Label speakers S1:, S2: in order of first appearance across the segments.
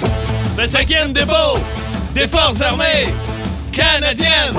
S1: la
S2: Ben,
S1: 5e dépôt des Forces armées canadiennes.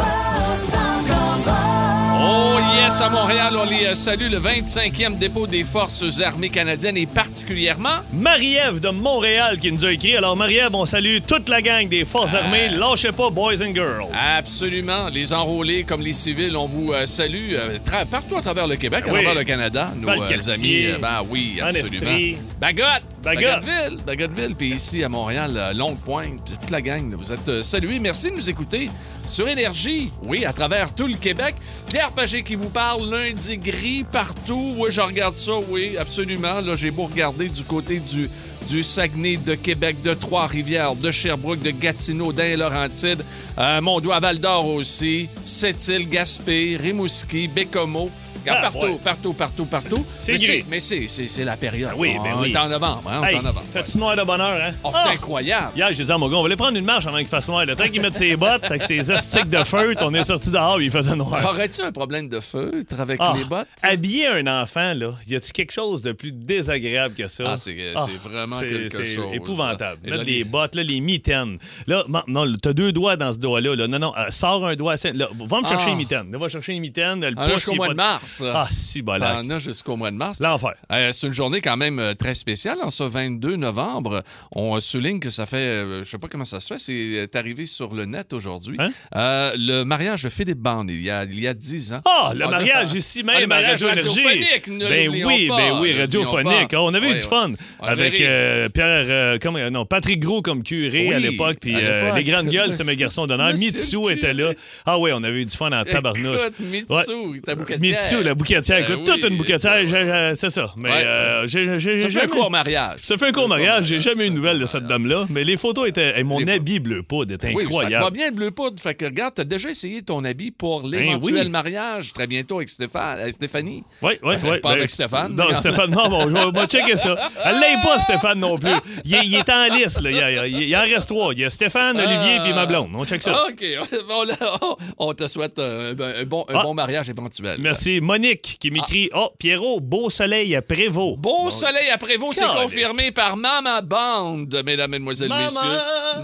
S1: Oh yes, à Montréal, on les euh, salue. Le 25e dépôt des Forces armées canadiennes et particulièrement...
S2: Marie-Ève de Montréal qui nous a écrit. Alors, Marie-Ève, on salue toute la gang des
S1: Euh,
S2: Forces armées. Lâchez pas, boys and girls.
S1: Ah, Absolument. Les enrôlés comme les civils, on vous euh, salue euh, tra- partout à travers le Québec, à
S2: Oui.
S1: travers le Canada, nos euh,
S2: Valcartier,
S1: amis. euh, ben oui,
S2: en
S1: absolument.
S2: Estrie.
S1: Bagotte!
S2: Bagotte.
S1: Bagotteville! Bagotteville, puis ici à Montréal, euh, Longue Pointe, toute la gang, là, vous êtes euh, salués. Merci de nous écouter sur Énergie, oui, à travers tout le Québec. Pierre Pagé qui vous parle, lundi gris partout. Oui, je regarde ça, oui, absolument. Là, j'ai beau regarder du côté du, du Saguenay, de Québec, de Trois-Rivières, de Sherbrooke, de Gatineau, d'Ain-Laurentide, euh, Mondois, Val-d'Or aussi, Sept-Îles, Gaspé, Rimouski, Bécomo. Regarde,
S2: Ah,
S1: partout,
S2: ouais.
S1: partout, partout, partout.
S2: C'est
S1: Mais
S2: gris.
S1: Mais c'est, c'est, c'est la période.
S2: Ah oui, ben
S1: On
S2: oui.
S1: est en novembre. Hein, on est
S2: Hey,
S1: en novembre.
S2: faites-tu noir de bonheur, hein?
S1: Oh,
S2: Ah!
S1: c'est incroyable.
S2: Hier, j'ai dit à mon gars, on va aller prendre une marche avant qu'il fasse noir. Le temps qu'il mette ses bottes avec ses astiques de feutre, on est sorti dehors et il faisait noir.
S1: Aurais-tu un problème de feutre avec
S2: Ah,
S1: les bottes?
S2: habiller un enfant, là, y a-tu quelque chose de plus désagréable que ça?
S1: Ah, c'est- c'est vraiment quelque
S2: c'est
S1: chose.
S2: épouvantable.
S1: Et
S2: Mettre
S1: là,
S2: des
S1: les-
S2: bottes, là, les mitaines. Là, man- non, t'as deux doigts dans ce doigt-là. là. Non, non, euh, sors un doigt. c'est- Là, va me chercher
S1: Ah.
S2: une mitaine. Là, va chercher une mitaine. Le
S1: Ah, là,
S2: pouce,
S1: jusqu'au
S2: il est
S1: mois de
S2: pas-
S1: mars, là.
S2: Ah, si, bolac.
S1: T'en as jusqu'au mois de mars.
S2: L'enfer.
S1: Euh, c'est une journée quand même euh, très spéciale. En ce 22 novembre, on souligne que ça fait, euh, je sais pas comment ça se fait, c'est euh, arrivé sur le net aujourd'hui.
S2: Hein?
S1: Euh, le mariage de Philippe Bande, il y a, il y a 10 ans.
S2: Ah, le
S1: On a-
S2: mariage ici
S1: Ah, le
S2: même à
S1: mariage
S2: Radio Énergie.
S1: radiophonique, ne
S2: Ben
S1: l'oublions
S2: oui,
S1: pas,
S2: ben oui,
S1: ne l'oublions
S2: radiophonique.
S1: pas.
S2: Ah, on avait eu
S1: Ouais,
S2: du
S1: ouais.
S2: fun
S1: On avait
S2: avec
S1: ri.
S2: euh, Pierre, euh, comme, euh, non, Patrick Gros comme curé
S1: Oui,
S2: à l'époque, puis
S1: à
S2: euh,
S1: l'époque.
S2: les grandes gueules, c'était mes
S1: Monsieur-
S2: garçons d'honneur.
S1: Monsieur
S2: Mitsu
S1: le
S2: était là.
S1: curé.
S2: Ah oui, on avait eu du fun en tabarnouche. Euh,
S1: Écoute, Mitsu, ta bouquetière.
S2: Mitsu, la bouquetière.
S1: Ben
S2: Écoute,
S1: oui,
S2: toute une bouquetière,
S1: ben
S2: j'ai-
S1: ouais.
S2: j'ai- c'est ça. Mais
S1: Ouais.
S2: euh, j'ai j'ai-
S1: Ça
S2: j'ai
S1: fait un
S2: jamais...
S1: court mariage.
S2: Ça fait un court mariage. J'ai jamais eu de nouvelles de cette
S1: mariage.
S2: dame-là. Mais les photos étaient. et mon
S1: Les
S2: habit bleu poudre est
S1: Oui, ça te va
S2: incroyable.
S1: bien le bleu poudre. Fait que regarde, t'as déjà essayé ton habit pour l'éventuel
S2: Ben oui.
S1: mariage très bientôt avec Stéphane, euh, Stéphanie.
S2: Oui, oui, oui. Ben,
S1: Pas avec Stéphane,
S2: Non,
S1: mais-
S2: Stéphane, non, bon, je vais, je vais checker ça. Elle l'est pas, Stéphane, non plus. Il, est- il est en liste, là. Il, il- il en reste trois. Il y a Stéphane, Olivier,
S1: Ah.
S2: puis ma blonde. On check ça.
S1: OK. On, on- on te souhaite euh, un, bon, un
S2: Ah.
S1: bon mariage éventuel.
S2: Merci. Monique qui m'écrit Oh, Pierrot, beau soleil à Prévost.
S1: Ah. Beau soleil à Prévost, c'est
S2: Calais.
S1: confirmé par Mama Band, mesdames, mesdemoiselles,
S2: Maman!
S1: messieurs.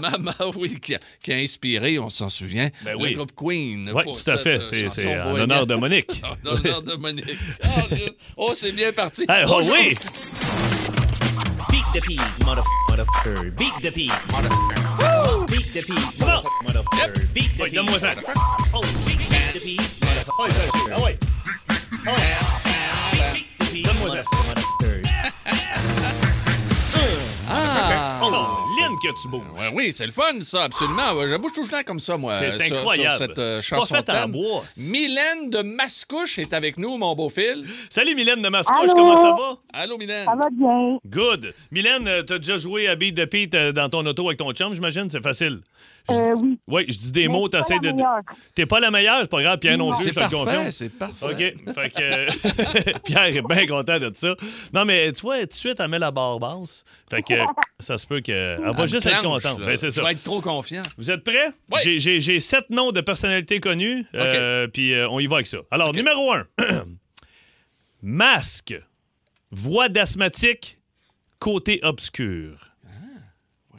S1: Mama, oui, qui a, qui a inspiré, on s'en souvient,
S2: Ben oui.
S1: le groupe Queen.
S2: Oui,
S1: pour
S2: tout à
S1: cette,
S2: fait.
S1: euh,
S2: C'est-
S1: chanson Ah.
S2: C'est en
S1: bohémienne.
S2: honneur de Monique.
S1: En honneur de Monique. Oh, Dieu. Oh, c'est bien parti.
S2: Hey, oh
S1: Bonjour.
S2: oui!
S3: Beat the pig, motherf- motherfucker. Beat the pig. Beat the pig, motherf- motherfucker. Beat the
S2: Oui,
S3: pig.
S2: donne-moi ça.
S3: Oh, beat the pig, motherf-
S2: Ah oui, ça- ah oui.
S3: beat the pig, motherf- motherfucker.
S1: Ah!
S2: Oh, Lynn, que tu beau.
S1: Ouais, Ah oui, c'est le fun, ça, absolument. Ouais, J'avoue, je touche là comme ça, moi.
S2: C'est
S1: sur-
S2: incroyable.
S1: Sur cette euh,
S2: Pas
S1: chanson
S2: fait en
S1: thème.
S2: bois.
S1: Mylène de Mascouche est avec nous, mon beau Phil.
S2: Salut, Mylène de Mascouche.
S4: Allô?
S2: Comment ça va?
S1: Allô, Mylène.
S4: Ça va bien.
S2: Good. Mylène, euh, t'as déjà joué à Beat the Pete euh, dans ton auto avec ton chum, j'imagine? C'est facile.
S4: Euh, oui.
S2: Oui, je dis des
S4: Mais
S2: mots,
S4: je suis pas
S2: t'essaies
S4: la
S2: de.
S4: meilleure.
S2: T'es pas la meilleure, c'est pas grave, Pierre non plus, je
S1: C'est
S2: te le confirme.
S1: parfait, c'est parfait.
S2: OK. Fait que euh, Pierre est bien content de ça. Non, mais tu vois, tout de suite, elle met la barre basse. Fait que euh, ça se peut qu'elle
S1: Elle
S2: va
S1: me
S2: juste être
S1: clenche,
S2: contente.
S1: là.
S2: Ben, c'est
S1: Je
S2: ça.
S1: vais être trop confiant.
S2: Vous êtes prêts?
S1: Oui.
S2: J'ai- J'ai j'ai sept noms de personnalités connues. euh, Puis euh, on y va avec ça. Alors, numéro un masque, voix d'asthmatique, côté obscur.
S1: Ah,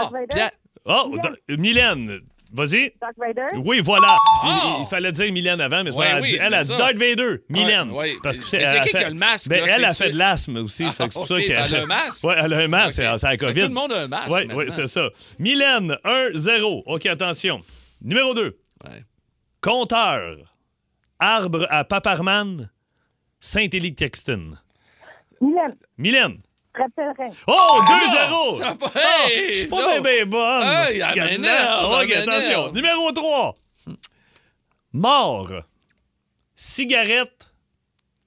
S4: Darth Vader?
S1: Pierre-
S2: Oh, d- Mylène, vas-y.
S4: Dark Vader.
S2: Oui, voilà. Il,
S1: Ah!
S2: il fallait dire Mylène avant, mais c'est
S1: Ouais,
S2: pas- elle, a
S1: oui,
S2: dit-
S1: c'est
S2: elle a dit
S1: ça.
S2: Darth Vader, Mylène.
S1: ouais.
S2: Parce que
S1: Mais
S2: c'est
S1: c'est
S2: elle a
S1: qui qui a
S2: fait-
S1: le masque,
S2: Ben,
S1: là,
S2: elle a
S1: c'est-tu- Ah,
S2: fait de l'asthme aussi. fait que c'est pour ça
S1: ok,
S2: qu'elle-
S1: elle a un masque?
S2: Ouais, elle a un masque,
S1: Ok.
S2: c'est- c'est la
S1: Fait que
S2: COVID.
S1: tout le monde a un masque
S2: Oui,
S1: maintenant.
S2: ouais, c'est ça. Mylène, 1-0. OK, attention. Numéro 2.
S1: Ouais.
S2: Compteur, arbre à Paparman, Saint-Élie-Texton.
S4: Mylène.
S2: Mylène.
S4: Fred Pellerin.
S2: Oh,
S1: Ah, ça
S2: 2-0!
S1: va pas-
S2: Ah,
S1: Hey,
S2: Je suis
S1: non. Ah,
S2: pas bien ben bonne!
S1: Hey, elle
S2: Regarde-la.
S1: m'énerve,
S2: Ok,
S1: elle m'énerve.
S2: attention. Numéro 3. Mort. Cigarette.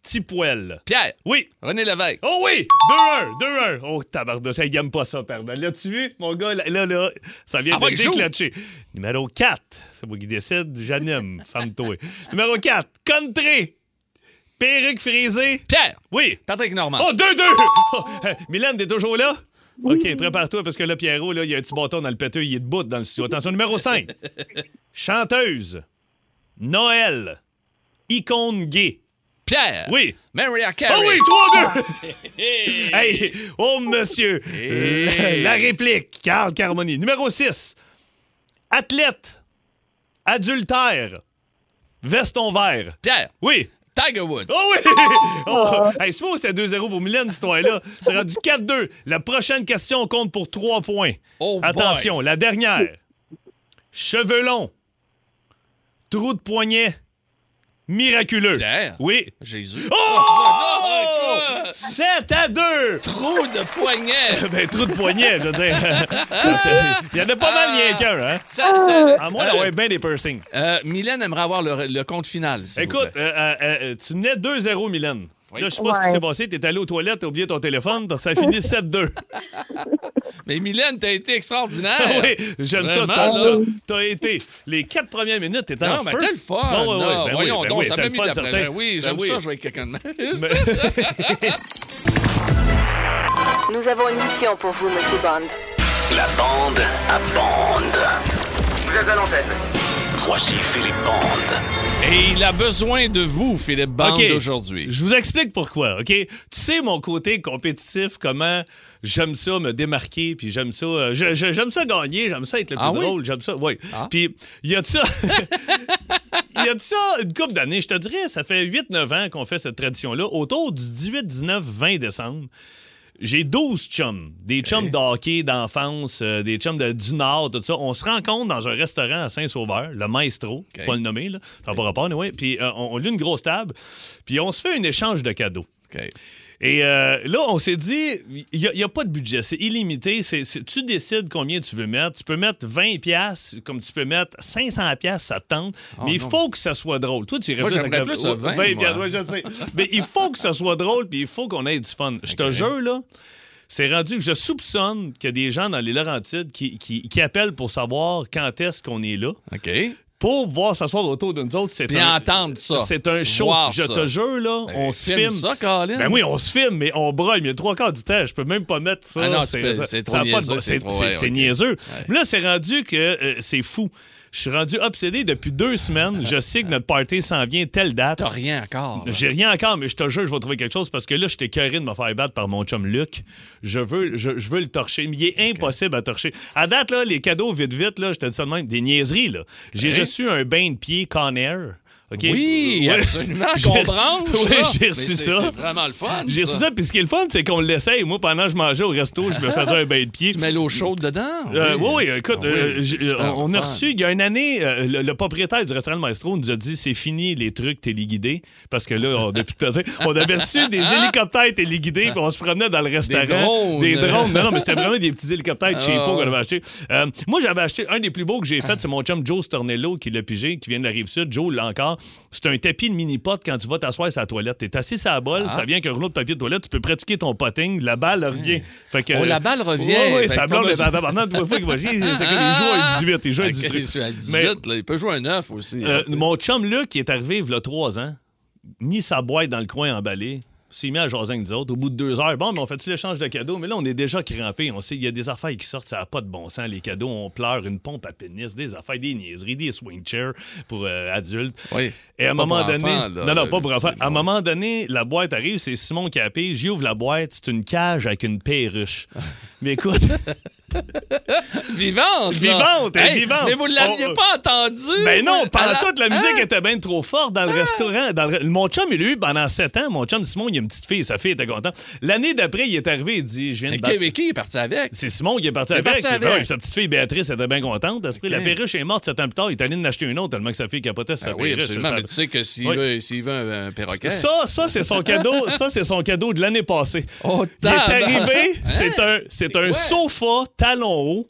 S2: Petit poêle.
S1: Pierre,
S2: Oui.
S1: René Lévesque.
S2: Oh oui! 2-1, 2-1. Oh, tabarnouche, il aime pas ça, pardon. L'as-tu vu, mon gars? Là, là, là, ça vient
S1: Ah, ouais,
S2: de
S1: il joue.
S2: déclencher. Numéro 4, c'est moi qui décide, j'anime, femme-toi. Numéro 4, country. Perruque frisée.
S1: Pierre,
S2: Oui.
S1: Patrick Normand.
S2: Oh, 2-2! Oh, euh, Mylène, t'es toujours là? OK, prépare-toi parce que là, Pierrot, là, il y a un petit bâton dans le pâteux, il est debout dans le studio. Attention, numéro 5. Chanteuse. Noël. Icône gay.
S1: Pierre.
S2: Oui.
S1: Mariah Carey.
S2: Ah oui, 3-2! hey, oh monsieur,
S1: Hey.
S2: la, la réplique, Carl Carmoni. Numéro 6, athlète, adultère, veston vert.
S1: Pierre.
S2: Oui.
S1: Tiger Woods.
S2: Oh oui! Oh. Hey, c'est beau, c'était 2-0 pour Mylène, cette histoire-là. C'est rendu 4-2. La prochaine question compte pour 3 points.
S1: Oh boy.
S2: Attention, la dernière. Cheveux longs, trou de poignet, miraculeux.
S1: Pierre.
S2: Oui.
S1: Jésus.
S2: Oh!
S1: Oh my God!
S2: 7 à 2!
S1: Trop de poignets.
S2: Ben, trou de poignet, je veux dire. Il y en a pas mal,
S1: Ah.
S2: rien qu'un, hein?
S1: Ça,
S4: Euh.
S1: ça-
S2: À moins d'avoir bien des piercings.
S1: Euh, Mylène aimerait avoir le, le compte final. s'il vous
S2: Écoute,
S1: plaît.
S2: euh, euh, euh, tu venais 2-0, Mylène.
S1: Oui.
S2: Là, je sais pas ce qui
S4: Ouais.
S2: s'est passé. T'es allé aux toilettes, t'as oublié ton téléphone, parce que ça finit 7-2.
S1: Mais Mylène, t'as été extraordinaire.
S2: Ah oui, j'aime ça.
S1: Vraiment,
S2: T'as,
S1: là.
S2: t'as- t'as été. Les quatre premières minutes, t'étais
S1: Non,
S2: en
S1: mais
S2: feu.
S1: t'as le fun.
S2: Non, ouais, ouais,
S1: là.
S2: ben oui,
S1: Voyons
S2: ben
S1: donc,
S2: oui,
S1: ça
S2: t'as
S1: m'a
S2: le
S1: mis
S2: fun,
S1: de la
S2: certain.
S1: ben Oui, j'aime
S2: Ben oui.
S1: ça jouer avec quelqu'un de même.
S5: Nous avons une mission pour vous, Monsieur Bond.
S6: La bande à bande.
S7: Vous êtes à l'antenne.
S6: Voici Philippe Bande.
S1: Et il a besoin de vous, Philippe Bande,
S2: OK.
S1: aujourd'hui.
S2: Je vous explique pourquoi, OK? Tu sais mon côté compétitif, comment j'aime ça me démarquer, puis j'aime ça... euh, je- je- j'aime ça gagner, j'aime ça être le plus
S1: Ah oui?
S2: drôle, j'aime ça... Oui.
S1: Ah.
S2: Puis il y a de ça... Il y a de ça une couple d'années, je te dirais, ça fait 8-9 ans qu'on fait cette tradition-là. Autour du 18, 19, 20 décembre, j'ai 12 chums. Des chums de hockey, d'enfance, euh, des chums de- du Nord, tout ça. On se rencontre dans un restaurant à Saint-Sauveur, le Maestro,
S1: OK.
S2: pas le nommer, là. Ça n'a pas rapport, oui. Puis euh, on, on lit une grosse table, puis on se fait un échange de cadeaux.
S1: OK.
S2: Et euh, là, on s'est dit, il n'y a, il y a pas de budget, c'est illimité. c'est- c'est- tu décides combien tu veux mettre. Tu peux mettre 20 pièces, comme tu peux mettre 500 pièces, ça te tente.
S1: Oh
S2: mais il
S1: non.
S2: faut que ça soit drôle. Toi, tu irais
S1: Moi,
S2: plus
S1: j'aimerais
S2: avec
S1: plus à 20,
S2: piastres,
S1: moi.
S2: ouais, je sais. mais il faut que ça soit drôle, puis il faut qu'on ait du fun. Je te jure, là. C'est rendu que je soupçonne qu'il y a des gens dans les Laurentides qui, qui- qui appellent pour savoir quand est-ce qu'on est là,
S1: OK.
S2: pour voir s'asseoir autour de nous autres. C'est
S1: Puis
S2: un,
S1: entendre ça.
S2: c'est un show.
S1: Voir
S2: je
S1: ça. Ben,
S2: te jure, là, on se
S1: Filme
S2: filme.
S1: ça, Colin.
S2: Ben oui, on se filme, mais on broille. Mais trois quarts du temps, je peux même pas mettre ça.
S1: Ah non, tu
S2: c'est
S1: peux-
S2: ça-
S1: c'est
S2: ça a
S1: trop
S2: pas de
S1: niaiseux,
S2: bon-
S1: c'est
S2: C'est
S1: trop-
S2: c'est-
S1: ouais,
S2: c'est
S1: ok.
S2: niaiseux. Mais là, c'est rendu que euh, c'est fou. Je suis rendu obsédé depuis deux semaines. Je sais que notre party s'en vient telle date.
S1: T'as rien encore. là.
S2: J'ai rien encore, mais je te jure, je vais trouver quelque chose parce que là, je t'ai écœuré de me faire battre par mon chum Luc. Je veux, je, je veux le torcher, mais il est impossible à torcher. À date, là, les cadeaux, vite, vite, là, je te dis ça de même, des niaiseries. là. J'ai
S1: Hein?
S2: reçu un bain de pied Conair. OK?
S1: Oui,
S2: Ouais.
S1: absolument.
S2: J'ai-
S1: Qu'on branche.
S2: Oui,
S1: là.
S2: j'ai
S1: Mais
S2: reçu
S1: c'est-
S2: ça.
S1: C'est vraiment le fun.
S2: J'ai reçu ça, puis ce qui est le fun, c'est qu'on l'essaye. Moi, pendant que je mangeais au resto, je me faisais un bain de pied.
S1: Tu mets l'eau chaude dedans?
S2: Euh, oui, oui, écoute,
S1: Ah
S2: euh,
S1: oui,
S2: j'ai-
S1: c'est super
S2: on on a
S1: fun.
S2: reçu, il y a une année, euh, le, le propriétaire du restaurant Le Maestro nous a dit c'est fini les trucs téléguidés, parce que là, on n'a plus de plaisir. On avait reçu des hélicoptères téléguidés, puis on se promenait dans le restaurant.
S1: drones.
S2: Des drones. Non, non, mais c'était vraiment des petits hélicoptères de chez
S1: Ah,
S2: Pau qu'on
S1: ouais.
S2: avait achetés. Euh, moi, j'avais acheté un des plus beaux que j'ai fait, c'est mon chum Joe Stornello qui l'a pigé, qui vient de la Rive-Sud. Joe, là encore, c'est un tapis de mini-pot quand tu vas t'asseoir sur la toilette. T'es assis sur la bol,
S1: Ah.
S2: ça vient avec un rouleau de papier de toilette, tu peux pratiquer ton potting, la balle revient. Fait que, euh,
S1: Oh, la balle revient.
S2: Oui,
S1: Fait
S2: oui, sa
S1: que
S2: blonde
S1: pas
S2: est
S1: besoin-
S2: en tabarnak. Tu vois pas qu'il va chier. C'est comme il joue à 18. Il joue à
S1: Ok,
S2: 18.
S1: je suis à 18,
S2: Mais,
S1: là, il peut jouer un 9 aussi. hein.
S2: euh,
S1: là, tu sais.
S2: mon chum Luc, qui est arrivé il y a 3 ans, mis sa boîte dans le coin emballée. S'est mis à jaser avec nous autres. Au bout de deux heures, bon, mais on fait-tu l'échange de cadeaux? Mais là, on est déjà crampé. On sait, il y a des affaires qui sortent, ça n'a pas de bon sens. Les cadeaux, on pleure, une pompe à pénis, des affaires, des niaiseries, des swing chairs pour euh, adultes.
S1: Oui.
S2: Et à un
S1: Pas
S2: moment
S1: pour
S2: donné.
S1: enfants, là,
S2: non, non,
S1: là,
S2: pas pour
S1: c'est-
S2: enfants. À un
S1: ouais.
S2: moment donné, la boîte arrive, c'est Simon Capé. J'y ouvre la boîte, c'est une cage avec une perruche. Mais écoute.
S1: Vivante! là.
S2: Vivante, elle est vivante.
S1: Mais vous ne l'aviez
S2: On-
S1: pas entendue!
S2: Ben non, pendant
S1: Alors-
S2: toute la musique
S1: Hein? Ah!
S2: était bien trop forte dans le restaurant. Dans le- Mon chum, lui, pendant 7 ans, mon chum Simon, il a une petite fille, sa fille était contente. L'année d'après, il est arrivé, il dit Je viens de
S1: Mais
S2: battre-
S1: qui- mais qui est parti avec?
S2: C'est Simon qui est parti
S1: Il est
S2: avec.
S1: parti
S2: Ben
S1: avec.
S2: ouais, puis sa petite fille Béatrice était bien contente. Après, La
S1: Ok.
S2: perruche est morte 7 ans plus tard. Il est allé en acheter une autre tellement que sa fille capotait sur
S1: Ben
S2: sa
S1: oui,
S2: perruche.
S1: absolument.
S2: Ça-
S1: Mais tu sais que s'il
S2: Oui.
S1: veut, s'il veut un, un perroquet.
S2: Ça, ça c'est son cadeau. ça, c'est son cadeau de l'année passée.
S1: Oh,
S2: Il est
S1: tabarnak. Hein?
S2: arrivé, c'est un, c'est un
S1: quoi?
S2: sofa talon haut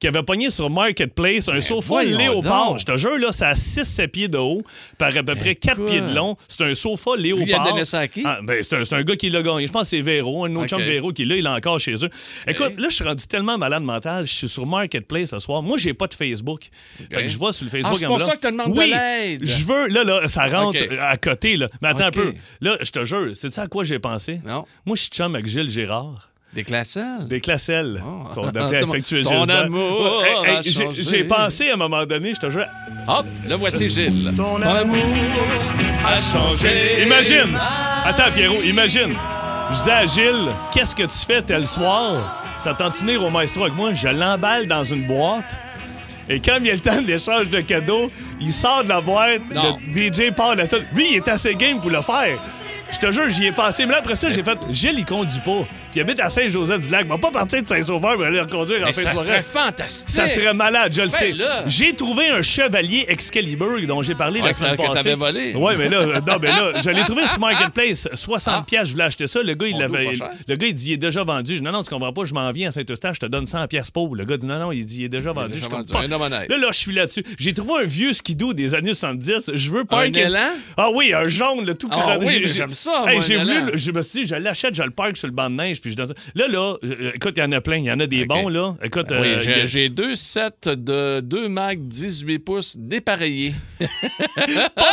S2: qu'il avait pogné sur Marketplace, un sofa
S1: Ben, voyons
S2: léopard.
S1: donc. Ben,
S2: Je te jure, là, ça a 6-7 pieds de haut, par à peu près 4
S1: quoi?
S2: pieds de long. C'est un sofa léopard.
S1: il a donné ça à qui?
S2: Ah, ben, c'est, un, c'est un gars qui l'a gagné. Je pense que c'est Véro, un autre
S1: Ok. Ben,
S2: chum Véro qui l'a, il est encore chez eux. Écoute, là, je suis rendu tellement malade mental, je suis sur Marketplace ce soir. Moi, j'ai pas de Facebook. Fait que je vois sur le Facebook.
S1: Ah, c'est
S2: en
S1: pour
S2: me disant,
S1: ça que tu demandes de
S2: oui,
S1: l'aide.
S2: Je veux, là, là, ça rentre
S1: Ok.
S2: à côté, là. Mais attends
S1: Ok.
S2: un peu. Là, je te jure, c'est ça à quoi j'ai pensé?
S1: Non.
S2: Moi, je suis chum avec Gilles Gérard.
S1: Des classelles?
S2: Des classelles
S1: Oh.
S2: qu'on devrait
S1: Ton-
S2: effectuer
S1: ton
S2: justement.
S1: amour
S2: Ouais, hey, hey,
S1: a
S2: j'ai-
S1: changé.
S2: J'ai pensé à un moment donné, je te jure.
S1: Hop, le voici Gilles. Ton amour a changé.
S2: Imagine! Attends, Pierrot, imagine. Je dis à Gilles, qu'est-ce que tu fais tel soir? Ça tente tenir au maestro avec moi? Je l'emballe dans une boîte. Et quand vient le temps de l'échange de cadeaux, il sort de la boîte,
S1: Non.
S2: le DJ part la tune. Lui, il est assez game pour le faire. Je te jure, j'y ai pensé. Mais là, après ça, j'ai fait Gilles, il conduit pas. Puis il habite à Saint-Joseph-du-Lac. Il va pas partir de Saint-Sauveur pour aller reconduire en
S1: Mais
S2: fin
S1: ça
S2: de soirée.
S1: serait fantastique.
S2: Ça serait malade, je le sais.
S1: Ben là.
S2: J'ai trouvé un chevalier Excalibur dont j'ai parlé
S1: Ouais,
S2: la semaine
S1: que t'avais
S2: passée.
S1: volé.
S2: Oui, mais là, euh, non, mais là, je l'ai trouvé sur Marketplace, 60 pièces, je voulais acheter ça. Le gars, il
S1: On
S2: l'avait.
S1: loue Ah. pas cher.
S2: Le gars, il dit, il est déjà vendu. Je dis, non, non, tu comprends pas, je m'en viens à Saint-Eustache, je te donne 100 pièces pour. Le gars dit, non, non, il dit, il est déjà vendu.
S1: déjà
S2: Je comprends
S1: vendu.
S2: pas.
S1: Un homme honnête.
S2: Là, là, je suis là-dessus. J'ai trouvé un vieux skidoo des années 70. Je veux pas
S1: Un élan?
S2: Ah oui, un jaune, le tout
S1: Ah
S2: couronné.
S1: oui,
S2: J'ai-
S1: mais
S2: j'ai-
S1: j'aime ça, moi,
S2: Hey,
S1: un
S2: J'ai
S1: élan.
S2: voulu, le- je me suis dit, je l'achète, je le parque sur le banc de neige, puis je donne ça. Là, là, euh, écoute, il y en a plein. Il y en a des
S1: Ok.
S2: bons, là. Écoute,
S1: Oui,
S2: euh, il y
S1: j'ai-
S2: a-
S1: j'ai deux sets de deux Mac 18 pouces dépareillés.
S2: pas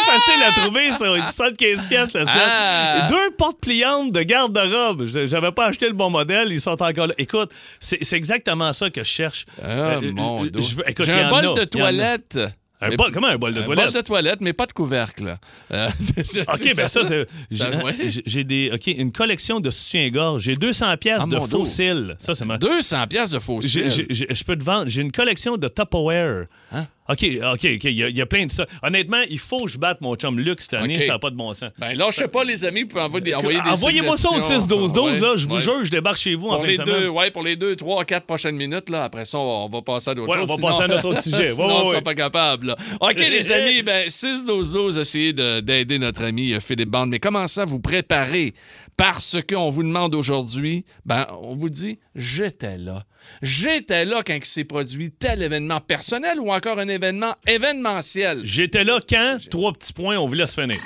S2: facile à trouver sur une 75 pièces le set.
S1: Ah!
S2: Et Deux portes pliantes de garde-robe. Je- J'avais pas acheté le bon modèle, ils sont encore là. Écoute, c'est c'est exactement ça que je cherche.
S1: Ah,
S2: Euh,
S1: mon
S2: euh,
S1: dos.
S2: je veux- écoute,
S1: J'ai
S2: il y
S1: un
S2: en
S1: bol
S2: a,
S1: de
S2: il y en a.
S1: toilette.
S2: Un
S1: Mais-
S2: bol- comment un bol de
S1: un
S2: toilette?
S1: bol de toilette, mais pas de couvercle. Euh, c'est- c'est-
S2: OK,
S1: c'est
S2: ben ça,
S1: ça.
S2: c'est. J'ai
S1: Ça, ouais.
S2: j'ai- j'ai des. OK, une collection de soutien-gorge. J'ai 200 pièces
S1: Ah,
S2: de
S1: mon dos.
S2: fossiles. Ça, c'est ma.
S1: 200 pièces de faux
S2: J'ai-
S1: sel.
S2: j'ai- j'ai- Je peux te vendre. J'ai une collection de Tupperware.
S1: Hein?
S2: OK, OK, OK. Il y, a- il y a plein de ça. Honnêtement, il faut que je batte mon chum Luc cette année.
S1: OK.
S2: Ça n'a pas de bon sens.
S1: Ben là, je sais pas, les amis, vous pouvez envoyer des, envoyer des
S2: Envoyez-moi ça au
S1: suggestions. Ah
S2: 6-12-12. là,
S1: Ouais,
S2: je vous
S1: ouais.
S2: jure, je débarque chez vous en
S1: Pour
S2: fin
S1: les,
S2: de semaine.
S1: deux, ouais, pour les deux, trois, quatre prochaines minutes, là, après ça, on va passer à d'autres
S2: Ouais,
S1: choses.
S2: on va passer à notre autre sujet. Ouais,
S1: sinon,
S2: ouais, Eh,
S1: on
S2: ouais.
S1: sera pas capable. là. OK, les amis, ben, 6-12-12, essayez de- d'aider notre ami euh, Philippe Bande. Mais comment ça, vous préparez? Parce qu'on vous demande aujourd'hui, ben, on vous dit, j'étais là. J'étais là quand il s'est produit tel événement personnel ou encore un événement événementiel.
S2: J'étais là quand? Trois petits points, on vous laisse finir.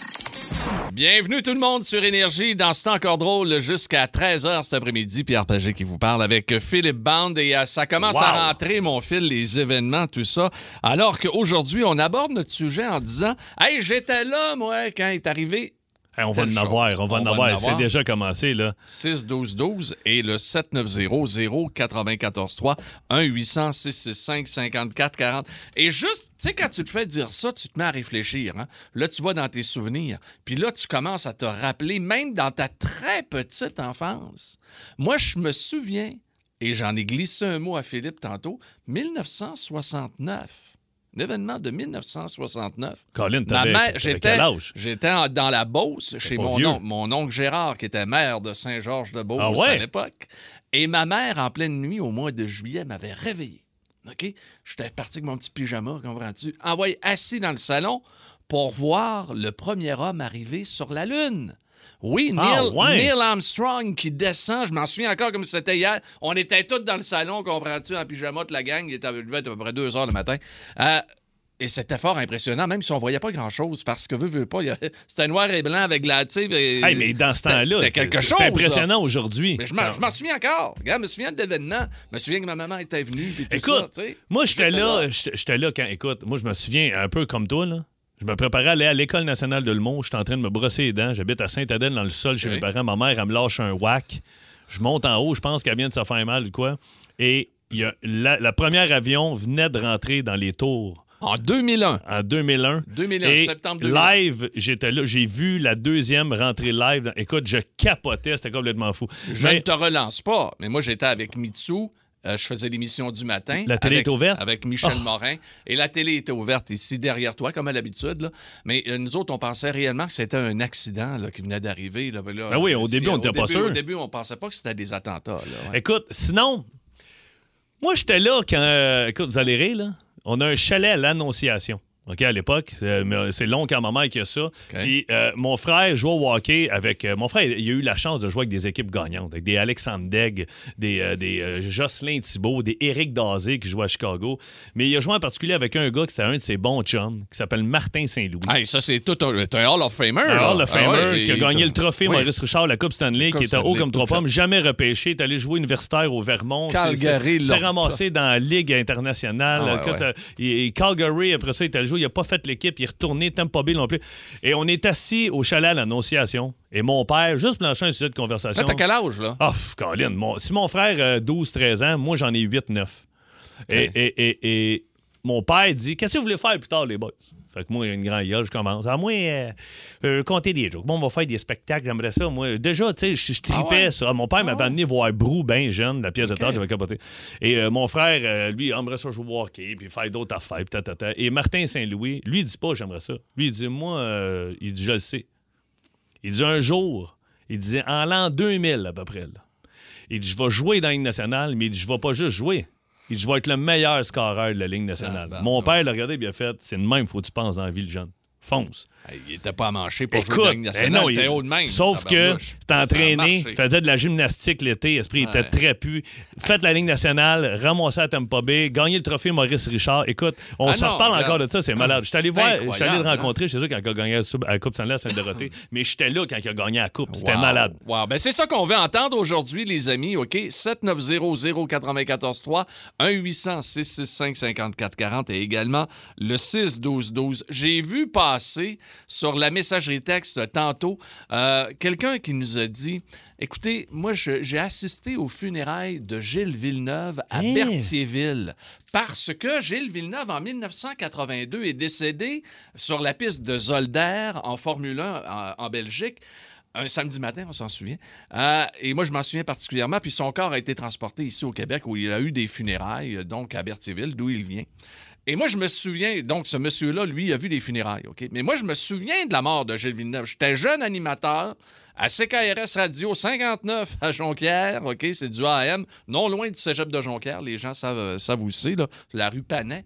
S1: Bienvenue tout le monde sur Énergie dans ce temps encore drôle jusqu'à 13h cet après-midi. Pierre Paget qui vous parle avec Philippe Band et euh, ça commence à
S2: Wow.
S1: rentrer, mon fil, les événements, tout ça. Alors qu'aujourd'hui, on aborde notre sujet en disant Hey, j'étais là, moi, quand est arrivé
S2: Hey, on va
S1: Telle
S2: en
S1: chose.
S2: avoir, on va en avoir. C'est déjà commencé, là.
S1: 6-12-12 et le 790-094-3, 1-800-665-5440. Et juste, tu sais, quand tu te fais dire ça, tu te mets à réfléchir. hein. Là, tu vas dans tes souvenirs. Puis là, tu commences à te rappeler, même dans ta très petite enfance. Moi, je me souviens, et j'en ai glissé un mot à Philippe tantôt, 1969. L'événement de 1969.
S2: Colin,
S1: Ma
S2: t'avais
S1: mère-
S2: t'avais
S1: j'étais,
S2: quel âge?
S1: j'étais en- dans la Beauce chez
S2: pas
S1: mon,
S2: vieux.
S1: oncle- mon oncle Gérard, qui était maire de Saint-Georges-de-Beauce
S2: Ah ouais?
S1: à l'époque. Et ma mère, en pleine nuit, au mois de juillet, m'avait réveillé. OK? J'étais parti avec mon petit pyjama, comprends-tu? Envoyé assis dans le salon pour voir le premier homme arriver sur la Lune. Oui, Neil,
S2: Ah ouais?
S1: Neil Armstrong qui descend, je m'en souviens encore comme c'était hier. On était tous dans le salon, comprends-tu, en pyjama, de la gang. Il était levé à peu près 2 heures le matin. Euh, et c'était fort impressionnant, même si on voyait pas grand-chose, parce que, veut, veut pas, il y a- c'était noir et blanc avec la... tu sais, et-
S2: Hey, mais dans ce
S1: c'était-
S2: temps-là,
S1: c'était quelque chose.
S2: c'est
S1: ça.
S2: impressionnant aujourd'hui.
S1: Mais je m'en, je m'en souviens encore. Regarde, je me souviens de l'événement. Je me souviens que ma maman était venue. Puis tout
S2: Écoute,
S1: ça, tu sais.
S2: moi, j'étais
S1: J'étais
S2: là,
S1: là.
S2: j'étais j'étais là quand, écoute, moi, je me souviens un peu comme toi, là. Je me préparais à aller à l'École nationale de Lemont. J'étais en train de me brosser les dents. J'habite à Sainte-Adèle, dans le sol, chez
S1: Ok.
S2: mes parents. Ma mère, elle me lâche un whack. Je monte en haut. Je pense qu'elle vient de se faire mal ou quoi. Et il y a la, la première avion venait de rentrer dans les tours
S1: En 2001.
S2: en 2001.
S1: 2001,
S2: Et
S1: septembre 2001.
S2: Live, j'étais là. J'ai vu la deuxième rentrée live. dans- Écoute, je capotais. C'était complètement fou.
S1: Je
S2: Mais-
S1: ne te relance pas, mais moi, j'étais avec Mitsu. euh, je faisais l'émission du matin.
S2: La télé
S1: avec,
S2: est ouverte?
S1: Avec Michel
S2: Oh.
S1: Morin. Et la télé était ouverte ici, derrière toi, comme à l'habitude. là. Mais euh, nous autres, on pensait réellement que c'était un accident là, qui venait d'arriver. là. Mais là,
S2: Ben oui, au
S1: si,
S2: début, on
S1: euh,
S2: était
S1: au
S2: pas
S1: début-
S2: sûr.
S1: Au début, on pensait pas que c'était des attentats. là, ouais.
S2: Écoute, sinon, moi, j'étais là quand. euh, écoute, vous allez rire, là. On a un chalet à l'Annonciation. OK, à l'époque, Euh, mais, euh, c'est long quand ma mère qui a ça. Puis euh, mon frère jouait au hockey avec. euh, mon frère, il a eu la chance de jouer avec des équipes gagnantes, avec des Alexandre Degg, des, euh, des euh, Jocelyn Thibault, des Éric Dazé qui jouait à Chicago. Mais il a joué en particulier avec un gars qui était un de ses bons chums, qui s'appelle Martin Saint-Louis.
S1: Hey, ça, c'est tout un, t'es un Hall of Famer. là.
S2: Alors, le Famer
S1: Ah ouais,
S2: qui a
S1: et-
S2: gagné le trophée
S1: Oui.
S2: Maurice Richard, la Coupe Stanley,
S1: Coupe
S2: qui était haut
S1: Stanley,
S2: comme trois
S1: tout à
S2: pommes, jamais repêché, est allé jouer universitaire au Vermont.
S1: Calgary,
S2: s'est
S1: Lorca.
S2: ramassé dans la Ligue internationale.
S1: Ah ouais,
S2: Écoute, euh, et- et Calgary, après ça, est allé jouer Joe, il n'a pas fait l'équipe, il est retourné Tampa Bay non plus. Et on est assis au chalet à l'Annonciation. Et mon père, juste plancher un sujet de conversation.
S1: Là, t'as quel âge, là?
S2: Ah, pff, Colin, mon- si mon frère a 12-13 ans, moi j'en ai 8-9. Et,
S1: Ok.
S2: et- et- et mon père dit Qu'est-ce que vous voulez faire plus tard, les boys Fait que moi, une grande gueule, je commence. À moi, euh, euh, compter des jokes. Bon, on va faire des spectacles, j'aimerais ça. Moi, déjà, tu sais, je, je tripais
S1: Ah ouais?
S2: ça. Mon père m'avait amené voir Brou, ben jeune, la pièce de théâtre, j'avais capoté. Et euh, mon frère, euh, lui, il aimerait ça jouer au hockey, puis faire d'autres affaires, puis tatata. Et Martin Saint-Louis, lui, il dit pas j'aimerais ça. Lui, il dit Moi, euh, il dit Je le sais. Il dit un jour, il disait en l'an 2000 à peu près. là. Il dit je vais jouer dans la Ligue nationale, mais il dit je vais pas juste jouer. Il dit je vais être le meilleur scoreur de la Ligue nationale.
S1: Ah, ben,
S2: Mon
S1: ouais.
S2: père l'a regardé bien fait, c'est le même faut que tu penses dans la vie le jeune. Fonce.
S1: Hey, Il était pas à manger pour jouer dans la
S2: Écoute,
S1: Ligue
S2: eh
S1: nationale.
S2: non,
S1: il était
S2: il-
S1: haut de même.
S2: sauf que
S1: tabarnouche.
S2: t'es entraîné,
S1: Ça a marché.
S2: faisait de la gymnastique l'été, esprit il était
S1: Ouais.
S2: très pu. Faites la Ligue nationale, ramassez à Tampa Bay, gagnez le trophée Maurice Richard. Écoute, on
S1: Ah
S2: se
S1: non,
S2: reparle
S1: regarde.
S2: encore de ça, c'est malade. Je suis allé voir, je suis allé
S1: Incroyable,
S2: le
S1: hein?
S2: rencontrer chez eux quand il a gagné la Coupe Stanley à Sainte-Dorothée, mais j'étais là quand il a gagné la Coupe, c'était
S1: Wow.
S2: malade.
S1: Wow. Ben, c'est ça qu'on veut entendre aujourd'hui, les amis. OK? 7900-943, 1-800-665-5440 et également le 6-12-12. J'ai vu passer sur la messagerie texte tantôt euh, quelqu'un qui nous a dit Écoutez, moi, je- j'ai assisté aux funérailles de Gilles Villeneuve à
S2: Hein?
S1: Berthierville parce que Gilles Villeneuve, en 1982, est décédé sur la piste de Zolder en Formule 1 en- en Belgique un samedi matin, on s'en souvient. Euh, et moi, je m'en souviens particulièrement. Puis son corps a été transporté ici au Québec où il a eu des funérailles, euh, donc à Berthierville, d'où il vient. Et moi, je me souviens, donc ce monsieur-là, lui, a vu des funérailles, OK? Mais moi, je me souviens de la mort de Gilles Villeneuve. J'étais jeune animateur à CKRS Radio 59 à Jonquière, OK? C'est du AM, non loin du cégep de Jonquière. Les gens savent, euh, savent où c'est, là, la rue Panet.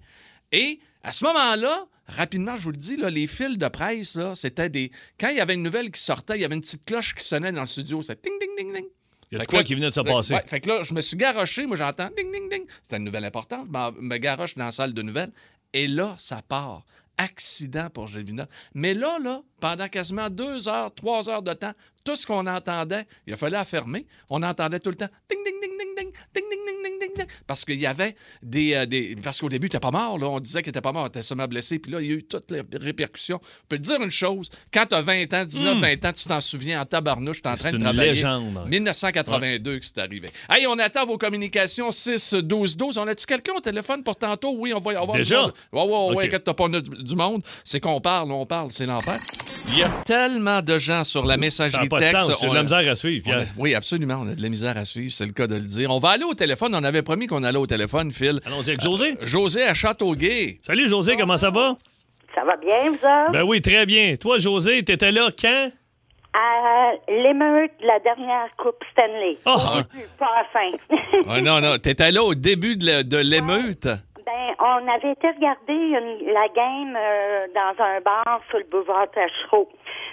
S1: Et à ce moment-là, rapidement, je vous le dis, là, les fils de presse, là, c'était des. Quand il y avait une nouvelle qui sortait, il y avait une petite cloche qui sonnait dans le studio. C'était ding, ding, ding, ding.
S2: Il y a de
S1: Fait que
S2: quoi
S1: là-
S2: qui venait de se
S1: fait-
S2: passer.
S1: ouais, fait que là, je me suis garoché. Moi, j'entends ding, ding, ding. C'était une nouvelle importante. Je m'en- me garoche dans la salle de nouvelles. Et là, ça part. Accident pour Gilles Villeneuve. Mais là, là, pendant quasiment deux heures, trois heures de temps, tout ce qu'on entendait, il a fallu la fermer. On entendait tout le temps ding, ding, ding, ding, ding, ding, ding, ding, ding, ding, ding. Parce qu'il y avait des. euh, des- parce qu'au début, il n'était pas mort. Là. On disait qu'il n'était pas mort, il était seulement blessé. Puis là, il y a eu toutes les répercussions. Je peux te dire une chose quand tu as 20 ans, 19, 20 ans, tu t'en souviens en tabarnouche, tu es en train
S2: Hmm. C'est une
S1: de travailler.
S2: légende.
S1: 1982 que c'est arrivé. Hey, on attend vos communications 6-12-12. On a-tu quelqu'un au téléphone pour tantôt? Oui, on va y avoir
S2: Déjà?
S1: du monde. Ouais, ouais, ouais,
S2: Ok.
S1: inquiète-toi pas, on a du du monde. C'est qu'on parle, on parle, c'est l'enfer. Il y a tellement de gens sur la
S2: Ça n'a
S1: messagerie
S2: pas de
S1: texte.
S2: sens, j'ai
S1: on-
S2: de la misère à suivre.
S1: on a-
S2: Pierre.
S1: oui, absolument, on a de la misère à suivre, c'est le cas de le dire. On va aller au téléphone, on avait promis qu'on allait au téléphone, Phil. Euh,
S2: Allons-y avec José.
S1: José à Châteauguay.
S2: Salut José, comment ça va?
S7: Ça va bien, vous autres?
S2: Ben oui, très bien. Toi, José, t'étais là quand?
S7: À Euh, l'émeute de la dernière Coupe Stanley.
S2: Oh!
S7: Je suis pas à faim.
S1: Ah, non, non, t'étais là au début de la- de l'émeute.
S7: ben, on avait été regarder une- la game euh, dans un bar sur le boulevard Tachereau.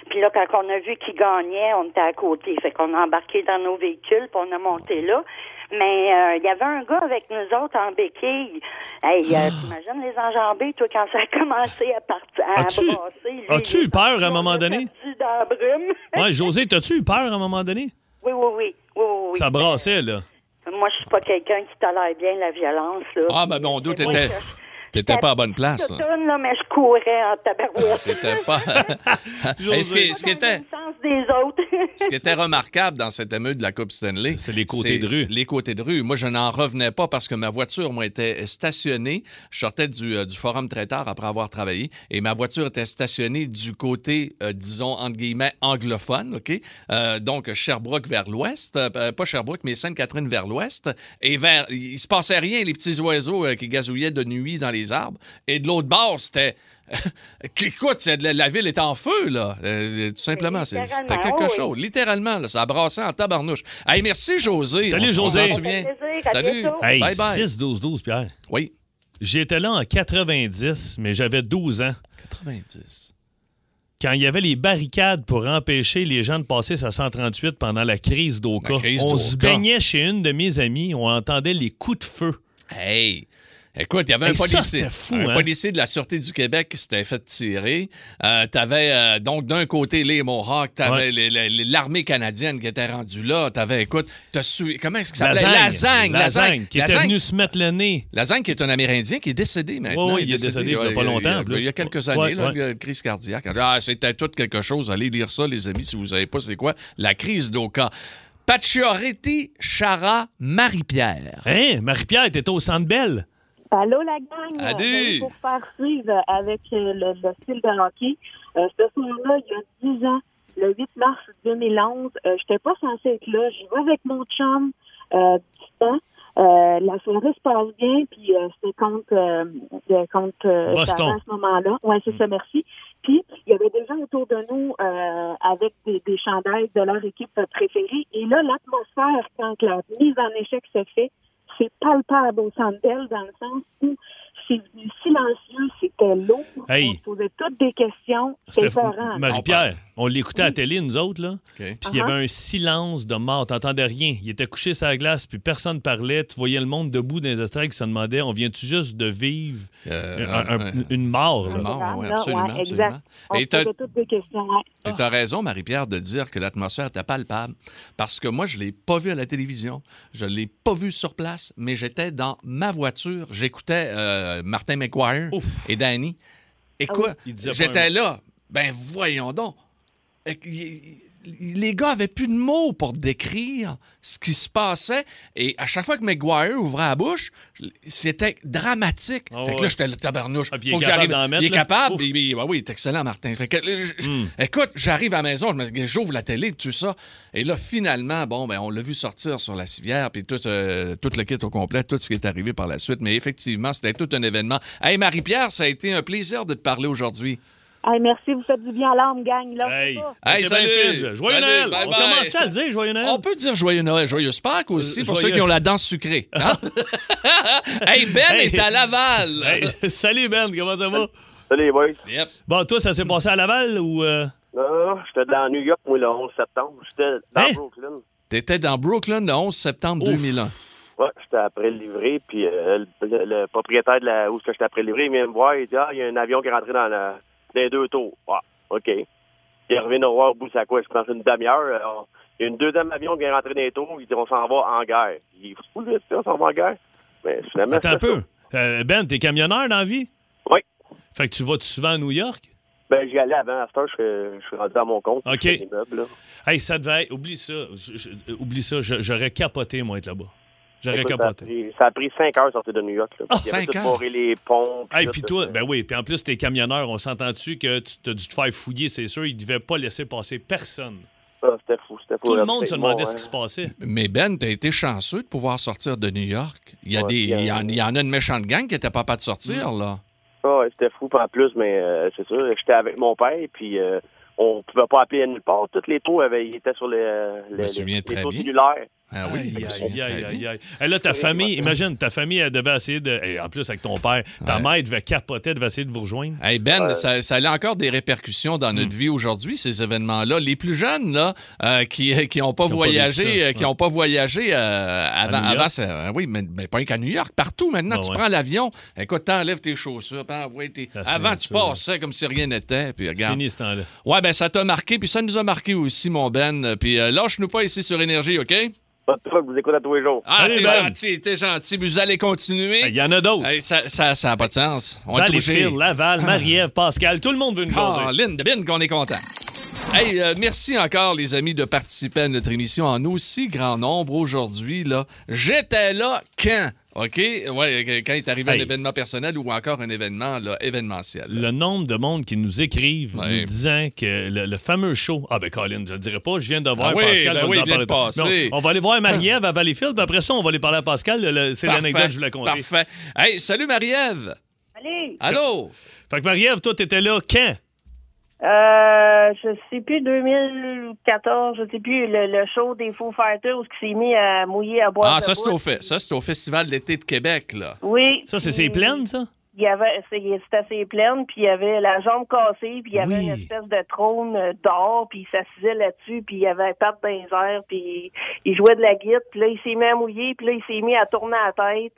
S7: Puis là, quand on a vu qui gagnait, on était à côté. Fait qu'on a embarqué dans nos véhicules, puis on a monté là. Mais euh, il y avait un gars avec nous autres en béquille. Hey,
S2: Ah!
S7: euh, t'imagines les enjambées, toi, quand ça a commencé à partir, à
S2: As-tu-
S7: brasser. lui,
S2: as-tu
S7: il est
S2: eu peur à un
S7: parti, on
S2: moment
S7: l'a
S2: donné?
S7: perdu dans la brume.
S2: Ouais, José, t'as-tu eu peur à un moment donné?
S7: Oui, oui, oui. oui, oui, oui.
S2: Ça brassait, là.
S7: Moi, je suis pas quelqu'un qui tolère bien la violence. Là.
S1: Ah, ben mon Dieu,
S7: Et moi,
S1: t'étais
S7: je-
S1: t'étais pas à bonne place.
S7: Je
S1: là.
S7: tourne, là, mais je courais en tabarouette.
S1: T'étais pas. Hey, ce, qui, ce qui
S7: Dans
S1: était,
S7: le sens des autres.
S1: ce qui était remarquable dans cette émeute de la Coupe Stanley,
S2: C'est les côtés de rue.
S1: Les côtés de rue. Moi, je n'en revenais pas parce que ma voiture, moi, était stationnée. Je sortais du, euh, du forum très tard après avoir travaillé et ma voiture était stationnée du côté, euh, disons, entre guillemets, anglophone, OK? Euh, donc, Sherbrooke vers l'ouest. Euh, pas Sherbrooke, mais Sainte-Catherine vers l'ouest. Et vers. Il se passait rien, les petits oiseaux euh, qui gazouillaient de nuit dans les arbres. Et de l'autre bord, c'était. Écoute, c'est- la, la ville est en feu, là. Euh, tout simplement, c'est- c'était
S7: Littéralement,
S1: quelque
S7: oui.
S1: chose. Littéralement, là, ça a brassé en tabarnouche. Hey, merci, José.
S2: Salut,
S1: On-
S2: José.
S1: On s'en souvient.
S7: Ça fait plaisir, à
S1: Salut.
S7: bientôt.
S2: Hey,
S1: bye bye.
S2: 6-12-12, Pierre.
S1: Oui.
S2: J'étais là en 90, mais j'avais 12 ans.
S1: 90.
S2: Quand il y avait les barricades pour empêcher les gens de passer sa 138 pendant la crise d'Oka,
S1: La crise
S2: on se
S1: d'Oka.
S2: baignait chez une de mes amies, on entendait les coups de feu.
S1: Hey. Écoute, il y avait un
S2: Hey, ça,
S1: policier.
S2: c'était fou,
S1: un
S2: hein?
S1: policier de la Sûreté du Québec qui s'était fait tirer. Euh, t'avais, euh, donc, d'un côté, les Mohawks, t'avais
S2: Ouais.
S1: les- les- les- l'armée canadienne qui était rendue là. T'avais, écoute, t'as su... comment est-ce que ça s'appelait?
S2: Lasagne.
S1: Lasagne. Lasagne.
S2: Qui était
S1: Lasagne.
S2: venu se mettre le nez.
S1: Lasagne, qui est un Amérindien qui est décédé maintenant.
S2: Ouais, ouais, il est décédé il y a
S1: ouais,
S2: pas longtemps, en
S1: Il y a,
S2: plus.
S1: il y a quelques
S2: Ouais,
S1: années, là,
S2: ouais.
S1: il y a une crise cardiaque. Ah, c'était tout quelque chose. Allez lire ça, les amis, si vous ne savez pas c'est quoi. La crise d'Oka. Pacioretty Chara Marie-Pierre.
S2: Hein? Marie-Pierre était au Centre Belle.
S4: Allô, la gang!
S1: Salut.
S4: Salut Pour faire suivre avec euh, le, le style de hockey, euh, ce soir-là, il y a 10 ans, le 8 mars 2011, euh, je n'étais pas censée être là. J'y vais avec mon chum, euh, petit temps. Euh, la soirée se passe bien, puis euh, c'était contre, euh, euh, contre euh,
S2: Boston.
S4: Savant à ce moment-là. Oui, c'est ça, merci. Puis, il y avait des gens autour de nous euh, avec des, des chandails de leur équipe préférée. Et là, l'atmosphère, quand la mise en échec se fait, c'est palpable au centre d'elle, dans le sens où c'est venu silencieux, c'était lourd.
S2: Hey.
S4: On se posait toutes des questions. C'était
S2: C'était fou.
S4: effarant.
S2: Marie-Pierre, on l'écoutait à la télé, nous autres, là. Puis il y
S4: Uh-huh.
S2: avait un silence de mort. T'entendais rien. Il était couché sur la glace, puis personne parlait. Tu voyais le monde debout dans les estrades qui se demandait on vient-tu juste de vivre
S1: Euh,
S2: un- un-
S1: ouais.
S2: une mort, là?
S1: Une mort.
S4: Grave,
S1: Ah, ouais,
S4: là,
S1: absolument,
S4: ouais,
S1: absolument.
S4: exact. On
S1: Et
S4: se
S1: t'as-
S4: posait toutes des questions. ouais.
S1: Et t'as raison, Marie-Pierre, de dire que l'atmosphère était palpable, parce que moi, je l'ai pas vu à la télévision, je l'ai pas vu sur place, mais j'étais dans ma voiture, j'écoutais euh, Martin McGuire
S2: Ouf.
S1: et Danny. Et quoi?
S2: Il disait pas un
S1: J'étais là. Ben voyons donc. Et que- y- y- Les gars avaient plus de mots pour décrire ce qui se passait. Et à chaque fois que McGuire ouvrait la bouche, c'était dramatique.
S2: Ah
S1: fait que
S2: ouais.
S1: là, j'étais le tabarnouche.
S2: Ah, puis il est
S1: Faut que
S2: capable
S1: j'arrive.
S2: d'en mettre,
S1: Il est
S2: là.
S1: capable.
S2: Ouf.
S1: il- il- ah oui, il est excellent, Martin. Fait que, là, je- je-
S2: Mm.
S1: Écoute, j'arrive à la maison, je me- j'ouvre la télé, tout ça. Et là, finalement, bon, ben, on l'a vu sortir sur la civière, puis tout, euh, tout le kit au complet, tout ce qui est arrivé par la suite. Mais effectivement, c'était tout un événement. Hey, Marie-Pierre, ça a été un plaisir de te parler aujourd'hui.
S4: Hey, merci, vous faites du bien à l'âme, gang. Là,
S2: Hey, ben,
S1: Hey,
S2: t'es bien
S1: salut.
S2: fine. Joyeux
S1: Salut,
S2: Noël!
S1: bye
S2: on
S1: bye.
S2: commence à le dire, Joyeux Noël?
S1: On peut dire joyeux Noël, joyeux Pâques aussi,
S2: Hein? Euh,
S1: pour
S2: joyeux-
S1: ceux qui ont la danse sucrée. hein? hey, Ben
S2: Hey.
S1: est à Laval.
S2: Hey, salut Ben, comment ça va?
S8: Salut les boys.
S1: Yep.
S2: Bon, toi, ça s'est passé à Laval ou. euh,
S8: Non, non, non, j'étais dans New York, moi, le 11 septembre. J'étais dans
S2: Hein?
S8: Brooklyn.
S1: T'étais dans Brooklyn le 11 septembre
S2: Ouf.
S1: 2001.
S8: Ouais, j'étais après le livré, puis euh, le, le- le propriétaire de la où est-ce que j'étais après le livré, il vient me voir, il dit Ah, il y a un avion qui est rentré dans, la, dans les deux tours. Ah, OK. Il revient nous voir au bout de sa quoi, je pense une demi-heure. euh, on- Il y a une deuxième avion qui est rentré dans les tours, il dit On s'en va en guerre. Il dit Fou, lui, ça, on s'en va en guerre. Mais finalement.
S2: Attends un
S8: c'était
S2: peu. Euh, ben, t'es camionneur dans la vie?
S8: Oui.
S2: Fait que tu vas souvent à New York?
S8: Ben, j'y allais avant, à cette heure, je suis- je suis rendu à mon compte.
S2: OK.
S8: je fais des meubles, là.
S2: Hey, ça devait être- Oublie ça. Je- je- euh, oublie ça. Je- J'aurais capoté, moi, être là-bas. J'aurais
S8: Écoute, ben, ça, a
S2: capoté.
S8: pris, ça a pris cinq heures de sortir de New York. Là.
S1: Ah,
S8: il y avait
S1: cinq
S8: tout
S1: heures?
S8: barré les ponts.
S2: Hey,
S8: tout,
S2: puis
S8: tout,
S2: toi,
S8: tout.
S2: ben oui, puis en plus, t'es camionneur, on s'entend-tu que tu t'as dû te faire fouiller, c'est sûr, ils devaient pas laisser passer personne.
S8: Ah, c'était fou, c'était fou.
S2: Tout le
S8: Là,
S2: monde se
S8: c'est
S2: demandait
S8: bon,
S2: ce qui se
S8: hein.
S2: passait.
S1: Mais Ben, t'as été chanceux de pouvoir sortir de New York. Il y, a
S8: Ouais,
S1: des,
S8: il y a-
S1: il y en, il y en a une méchante gang qui était pas pas de sortir,
S2: Mm.
S1: là.
S8: Ah, ouais, c'était fou, puis en plus, mais euh, c'est sûr, j'étais avec mon père, puis euh, on pouvait pas appeler à nulle part. Toutes les taux avaient, ils étaient sur les,
S1: me
S8: les,
S1: souviens
S8: les,
S1: très
S8: les taux
S1: bien.
S8: cellulaires.
S1: Ah oui,
S2: Aïe,
S1: je me
S2: aïe,
S1: souviens
S2: aïe,
S1: très bien.
S2: aïe, aïe. Hey, là, ta famille, imagine, ta famille, elle devait essayer de. hey, en plus, avec ton père, ta
S1: Ouais.
S2: mère devait capoter, devait essayer de vous rejoindre.
S1: Hey Ben, ça, ça a encore des répercussions dans
S2: Mm.
S1: notre vie aujourd'hui, ces événements-là. Les plus jeunes, là, euh, qui n'ont pas,
S2: Qui ont pas
S1: voyagé,
S2: vécu ça,
S1: euh, qui
S2: ouais.
S1: n'ont pas voyagé euh,
S2: New
S1: avant,
S2: York.
S1: avant ça- euh, oui, mais, mais pas qu'à New York, partout maintenant.
S2: Ah
S1: tu
S2: ouais. Ah,
S1: prends l'avion, écoute, t'enlèves tes chaussures, t'envoies tes-
S2: La
S1: Avant, tu
S2: ceinture.
S1: passais comme si rien n'était, puis
S2: C'est
S1: regarde.
S2: Fini ce temps-là.
S1: Ouais, ben ça t'a marqué, puis ça nous a marqué aussi, mon Ben. Puis euh, lâche-nous pas ici sur Énergie, OK?
S8: Pas de truc, vous écoutez à tous les jours.
S1: Ah,
S2: Allez,
S1: t'es
S2: Ben.
S1: gentil, t'es gentil, mais vous allez continuer.
S2: Hey, Il y en a d'autres.
S1: Hey, ça n'a ça, ça a pas de sens. On est obligé. Ah.
S2: Valleyfield, Laval, Marie-Ève, Pascal, tout le monde veut nous jaser.
S1: Caroline de Bin, qu'on est content. Hey, euh, merci encore, les amis, de participer à notre émission en aussi grand nombre aujourd'hui. là. J'étais là quand? OK? Ouais, euh, quand est arrivé
S2: Hey.
S1: un événement personnel ou encore un événement là, événementiel.
S2: le nombre de monde qui nous écrivent
S1: Ouais.
S2: nous disant que le, le fameux show. Ah, ben, Colin, je le dirais pas. Je viens de voir
S1: Ah oui,
S2: Pascal.
S1: ben
S2: va nous en
S1: oui, il
S2: parler
S1: vient de
S2: tard.
S1: passer.
S2: Mais on, on va aller voir Marie-Ève à Valleyfield. puis après ça, on va aller parler à Pascal. Le- le- c'est
S1: Parfait,
S2: l'anecdote que je voulais compter.
S1: Parfait. Hey, salut Marie-Ève.
S9: Allez,
S1: Allô?
S2: Fait que Marie-Ève, toi, t'étais là quand?
S9: euh, je sais plus, 2014, je sais plus, le, le show des Faux Fighters qui s'est mis à mouiller à boire.
S1: Ah,
S9: de
S1: ça, c'est
S9: bois.
S1: au fait. Ça, c'est au Festival d'été de Québec, là.
S9: Oui.
S2: Ça, c'est
S9: puis-
S2: ses plaines, ça?
S9: il y avait, c'est- c'était assez pleine, puis il y avait la jambe cassée, puis il y avait
S2: Oui.
S9: une espèce de trône euh, d'or, puis il s'assisait là-dessus, puis il y avait la patte dans les airs, puis il jouait de la guitare, puis là, il s'est mis à mouiller, puis là, il s'est mis à tourner la tête.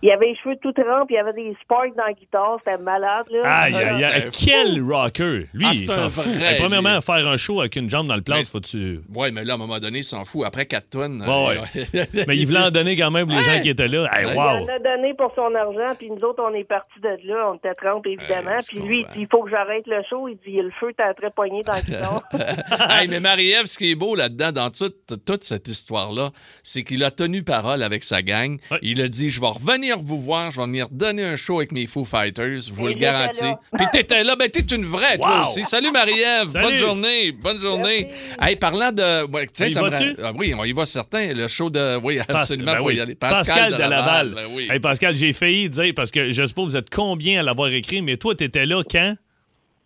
S9: Il avait les cheveux tout trempés, puis il y avait des sparks dans la guitare, c'était malade, là.
S2: Aïe,
S9: Euh,
S2: aïe, aïe.
S1: Ben,
S2: Quel rocker! Lui,
S1: Ah, c'est
S2: il s'en
S1: un
S2: fout.
S1: vrai,
S2: Hey, premièrement,
S1: lui.
S2: faire un show avec une jambe dans le plat,
S1: Mais-
S2: faut-tu.
S1: Ouais, mais là, à un moment donné, il s'en fout. Après 4 tonnes.
S2: Ouais,
S1: euh,
S2: Mais il voulait en donner quand même les gens
S1: Ouais.
S2: qui étaient là. Hey,
S1: Ouais.
S9: Il
S2: wow!
S9: en a donné pour son argent, puis nous autres, on est partis de là. On était 30, évidemment.
S1: Euh, je
S9: puis lui, il
S1: comprends.
S9: dit, il faut que j'arrête le show. Il dit, il y a le feu, t'as très poigné dans le guitare.
S1: Hey, mais Marie-Ève, ce qui est beau là-dedans, dans tout- toute cette histoire-là, c'est qu'il a tenu parole avec sa gang.
S2: Ouais.
S1: Il a dit Je vais revenir vous voir, je vais venir donner un show avec mes Foo Fighters, je vous le
S9: Et il était
S1: garantis.
S9: là.
S1: Puis t'étais là, ben t'es une vraie,
S2: Wow.
S1: toi aussi. Salut Marie-Ève,
S2: Salut.
S1: bonne journée, bonne journée.
S9: Merci.
S1: Hey, parlant de. ouais, tiens,
S2: On y
S1: ça me
S2: va-tu?
S1: ra- Ah oui, on y va certain. Le show de. Oui,
S2: Pas-
S1: absolument,
S2: ben
S1: faut
S2: oui.
S1: y aller.
S2: Pascal de Laval.
S1: ben oui.
S2: Hey, Pascal, j'ai failli dire, parce que je sais pas vous êtes combien à l'avoir écrit, mais toi, t'étais là quand?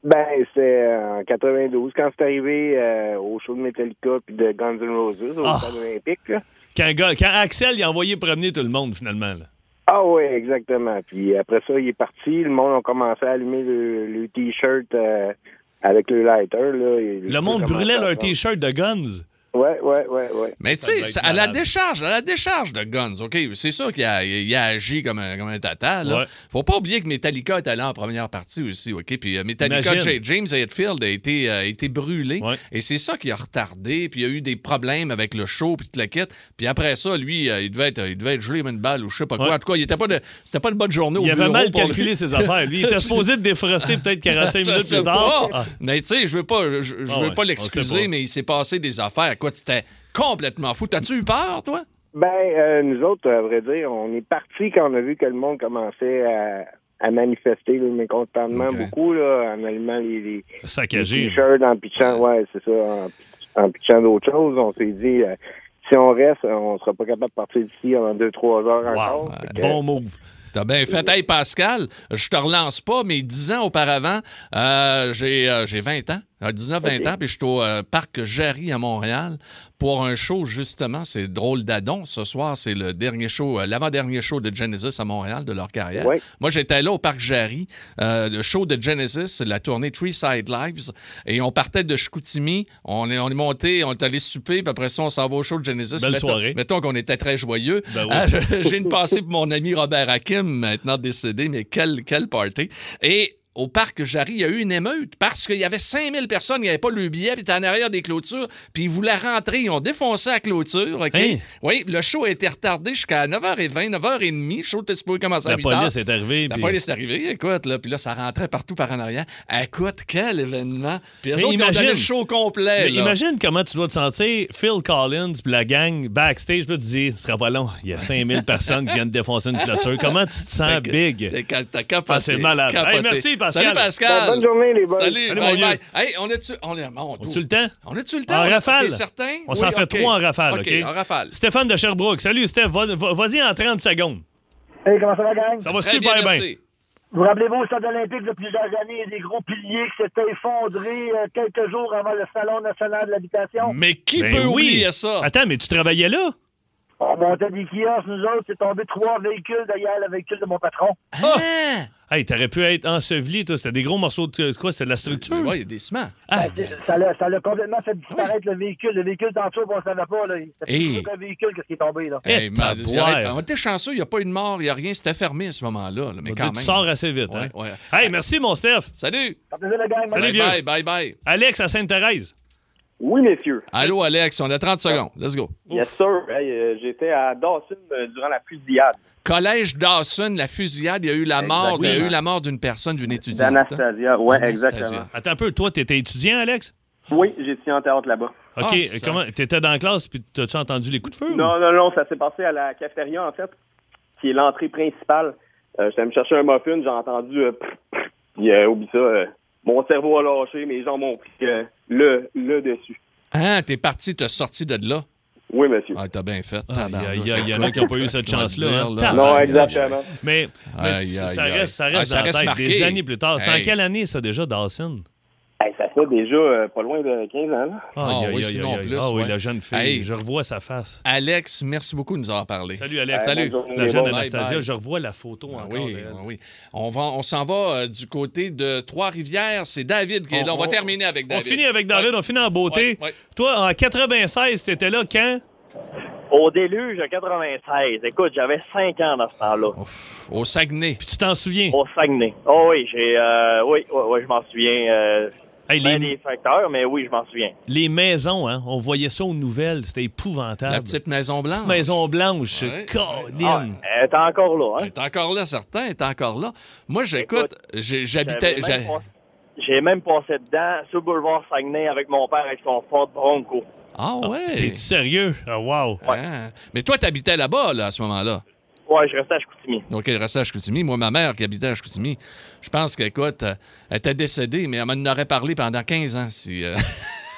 S8: Ben, c'est en 92, quand c'est arrivé euh, au show de Metallica puis de Guns N' Roses, au
S2: Ah.
S8: stade olympique, là.
S2: Quand, gars- quand Axel il a envoyé promener tout le monde, finalement. là.
S8: Ah oui, exactement. Puis après ça, il est parti. Le monde a commencé à allumer le, le T-shirt euh, avec le lighter. Là, Et-
S2: Le monde brûlait
S1: hein.
S2: leur T-shirt de Guns.
S8: Ouais, ouais, ouais, ouais.
S1: Mais tu
S2: Ça
S1: sais,
S2: doit être
S1: ça- à la
S2: malade.
S1: décharge, à la décharge de Guns, OK, c'est sûr qu'il a, il a agi comme un, comme un tata, là.
S2: Ouais.
S1: Faut pas oublier que Metallica est allé en première partie aussi, OK? Puis euh, Metallica,
S2: Imagine.
S1: J- James Hetfield a été, euh, a été brûlé.
S2: Ouais.
S1: Et c'est ça qui a retardé, puis il y a eu des problèmes avec le show, puis toute la quête. Puis après ça, lui, euh, il, devait être, il devait être gelé comme une balle ou je sais pas quoi.
S2: Ouais.
S1: En tout cas, il était pas de, c'était pas une bonne journée au
S2: Il avait
S1: bureau
S2: mal
S1: pour lui.
S2: calculé ses affaires. Lui, il était supposé de défroster peut-être 45
S1: Je
S2: minutes
S1: sais
S2: plus tard.
S1: pas.
S2: Ah,
S1: Mais tu sais, je veux pas, je, je
S2: Ah
S1: veux
S2: ouais,
S1: pas
S2: on sait
S1: l'excuser,
S2: pas.
S1: mais il s'est passé des affaires. Quoi, c'était complètement fou. T'as-tu eu peur, toi?
S8: Ben, euh, nous autres, à vrai dire, on est parti quand on a vu que le monde commençait à, à manifester le mécontentement
S1: Ok.
S8: beaucoup, là, en allumant les, les- les
S2: saccagé.
S8: T-shirts, en pitchant, ouais, c'est ça, en, en pitchant d'autres choses. On s'est dit, euh, si on reste, euh, on sera pas capable de partir d'ici en deux, trois heures encore.
S2: Wow.
S8: Fait que-
S2: Bon move.
S1: T'as bien fait. Hey, Pascal, je te relance pas, mais 10 ans auparavant, euh, j'ai euh, j'ai 20 ans, 19-20 ans, puis je suis au euh, Parc Jarry à Montréal pour un show, justement. C'est drôle d'adon. Ce soir, c'est le dernier show, euh, l'avant-dernier show de Genesis à Montréal de leur carrière.
S8: Ouais.
S1: Moi, j'étais là au Parc Jarry, euh, le show de Genesis, la tournée Three Side Lives, et on partait de Chicoutimi. On est, on est monté, on est allé souper, puis après ça, on s'en va au show de Genesis.
S2: Belle
S1: Mettons-
S2: soirée.
S1: Mettons qu'on était très joyeux.
S2: Ben oui.
S1: Ah, je- J'ai une pensée pour mon ami Robert Hakim, maintenant décédé, mais quel, quel party. Et au parc Jarry, il y a eu une émeute parce qu'il y avait 5000 personnes, il n'y avait pas le billet, puis étaient en arrière des clôtures, puis ils voulaient rentrer, ils ont défoncé la clôture, OK?
S2: Hein?
S1: Oui, le show a été retardé jusqu'à 9h20, 9h30, le show était supposé commencer à
S2: La
S1: 8h.
S2: police est arrivée.
S1: La
S2: puis-
S1: police est arrivée, écoute, là, puis là, ça rentrait partout par en arrière. Écoute, quel événement! Puis eux
S2: Mais
S1: autres, ils ont donné
S2: imagine-
S1: le show complet,
S2: Mais
S1: là.
S2: imagine comment tu dois te sentir, Phil Collins, puis la gang backstage, là, tu dis, ce sera pas long, il y a 5000 personnes qui viennent défoncer une clôture. Comment tu te sens Ah, big?
S1: T'as- t'as capoté,
S2: Ah, c'est malade.
S1: capoté.
S2: Hey, merci, Pascal.
S1: Salut, Pascal.
S8: Ben, bonne journée, les boys.
S1: Salut,
S2: Salut,
S1: bye,
S2: mon vieux.
S1: bye. Hey, on a-tu... On est... mon
S2: On
S1: Dieu.
S2: tu le temps?
S1: On a-tu le temps?
S2: En
S1: On a-
S2: rafale.
S1: T'es certain?
S2: On s'en
S1: Oui,
S2: fait
S1: OK.
S2: trois en rafale, OK?
S1: en rafale.
S2: Stéphane de Sherbrooke. Salut, Steph. Va- va- Vas-y en 30 secondes.
S10: Hey, comment ça va, gang?
S2: Ça va
S1: Très
S2: super bien.
S1: merci.
S10: Vous rappelez-vous, au Stade olympique, de plusieurs années, des gros piliers qui s'étaient effondrés euh, quelques jours avant le Salon national de l'habitation.
S1: Mais qui
S2: Ben
S1: peut
S2: oui.
S1: oublier ça?
S2: Attends, mais tu travaillais là?
S10: On montait des kiosques, nous autres, c'est tombé trois véhicules derrière le véhicule de mon patron.
S1: Ah!
S2: Hey, t'aurais pu être enseveli, toi. C'était des gros morceaux de quoi? C'était de la structure?
S1: Ouais, il y a des sements.
S2: Ah,
S10: Ben, c'est- Ça l'a ça l'a complètement fait disparaître le véhicule. Le véhicule d'entour, on ne savait pas. là. C'était
S1: Hey.
S10: plus gros qu'un véhicule que ce qui est tombé. Là.
S2: Eh,
S1: Hey, man,
S2: tabouère.
S1: on était chanceux, il n'y a pas eu de mort, il n'y a rien, c'était fermé à ce moment-là. là, mais
S2: On dit,
S1: quand même.
S2: tu sors assez vite. hein?
S1: Ouais, ouais.
S2: Hey, merci, mon Steph.
S1: Salut!
S10: Ça faisait la gang.
S2: Salut,
S1: bye,
S2: vieux.
S1: bye, bye, bye.
S2: Alex à Sainte-Thérèse.
S8: Oui, messieurs.
S1: Allô, Alex, on a 30 secondes. Let's go.
S8: Yes, sir. Hey, euh, J'étais à Dawson euh, durant la fusillade
S1: Collège Dawson, la fusillade, il y a eu la mort, il y a eu
S8: Exactement.
S1: la mort d'une personne, d'une étudiante. hein?
S8: d'Anastasia. Oui,
S1: Anastasia.
S8: exactement.
S2: Attends un peu, toi, t'étais étudiant, Alex?
S8: Oui, j'étais en théâtre là-bas.
S2: OK,
S1: Ah, ça-
S2: comment t'étais dans la classe puis t'as-tu entendu les coups de feu? ou-
S8: Non, non, non, ça s'est passé à la cafétéria, en fait, qui est l'entrée principale. Euh, J'étais me chercher un muffin, j'ai entendu... euh, pff, pff, puis, euh, oublie ça, euh, mon cerveau a lâché, mes jambes ont pris euh, le, le dessus.
S1: Ah, t'es parti, t'as sorti de là.
S8: Oui, monsieur.
S1: Ah, t'as bien fait.
S2: Ah,
S1: tabarnak.
S2: il y, a- il y en a qui n'ont pas eu cette chance-là. hein.
S1: Je vais te dire, là.
S8: non,
S1: aïe,
S8: exactement.
S2: Mais, mais
S1: Aïe,
S2: ça,
S1: aïe,
S2: ça
S1: aïe.
S2: reste, ça
S1: Ah,
S2: reste
S1: ça
S2: dans la
S1: reste
S2: tête
S1: marqué.
S2: des années plus tard. C'était
S1: Hey.
S2: en quelle année, ça, déjà, Dawson?
S8: Hey, ça ça déjà euh, pas loin de 15 ans. là.
S1: Ah, oui, sinon
S2: aïe.
S1: plus,
S2: Ah oui,
S1: ouais.
S2: la jeune fille.
S1: Hey.
S2: Je revois sa face.
S1: Alex, merci beaucoup de nous avoir parlé.
S2: Salut,
S8: Ben,
S2: Alex.
S1: Salut.
S2: La jeune Anastasia, je revois la photo
S1: Ah
S2: encore.
S1: oui,
S2: d'elle.
S1: ah oui. On, va, on s'en va euh, du côté de Trois-Rivières. C'est David qui est
S2: On-
S1: là. On va
S2: on-
S1: terminer avec
S2: On
S1: David.
S2: finit avec David, on finit en beauté.
S1: Ouais, ouais.
S2: Toi, en 96, t'étais là quand?
S8: Au déluge, en 96. Écoute, j'avais 5 ans dans ce temps-là.
S1: Au Saguenay.
S2: Puis tu t'en souviens?
S8: Au Saguenay. Oh oui, j'ai, euh, oui, oui, oui, je m'en souviens. Euh,
S2: Hey,
S8: ben
S2: les-
S8: des facteurs, mais oui, je m'en souviens.
S2: Les maisons, hein, on voyait ça aux nouvelles, c'était épouvantable.
S1: La petite Maison Blanche.
S2: Petite Maison Blanche,
S1: Ouais.
S3: Ah,
S2: colline.
S8: Elle est encore là. Hein?
S1: Elle est encore là, certain. Elle est encore là. Moi, j'écoute, j'ai- j'habitais...
S8: J'avais
S1: j'ai-
S8: même pas- J'ai même passé dedans, sur le boulevard Saguenay, avec mon père avec son Ford Bronco.
S1: Ah ouais?
S2: T'es-tu sérieux? Ah, wow.
S1: Ah. Mais toi, t'habitais là-bas, là, à ce moment-là.
S8: Ouais, je restais à Chicoutimi.
S1: Donc, elle restait à Chicoutimi. Moi, ma mère qui habitait à Chicoutimi, je pense qu'écoute, euh, elle était décédée, mais elle m'en aurait parlé pendant 15 ans. Si, euh,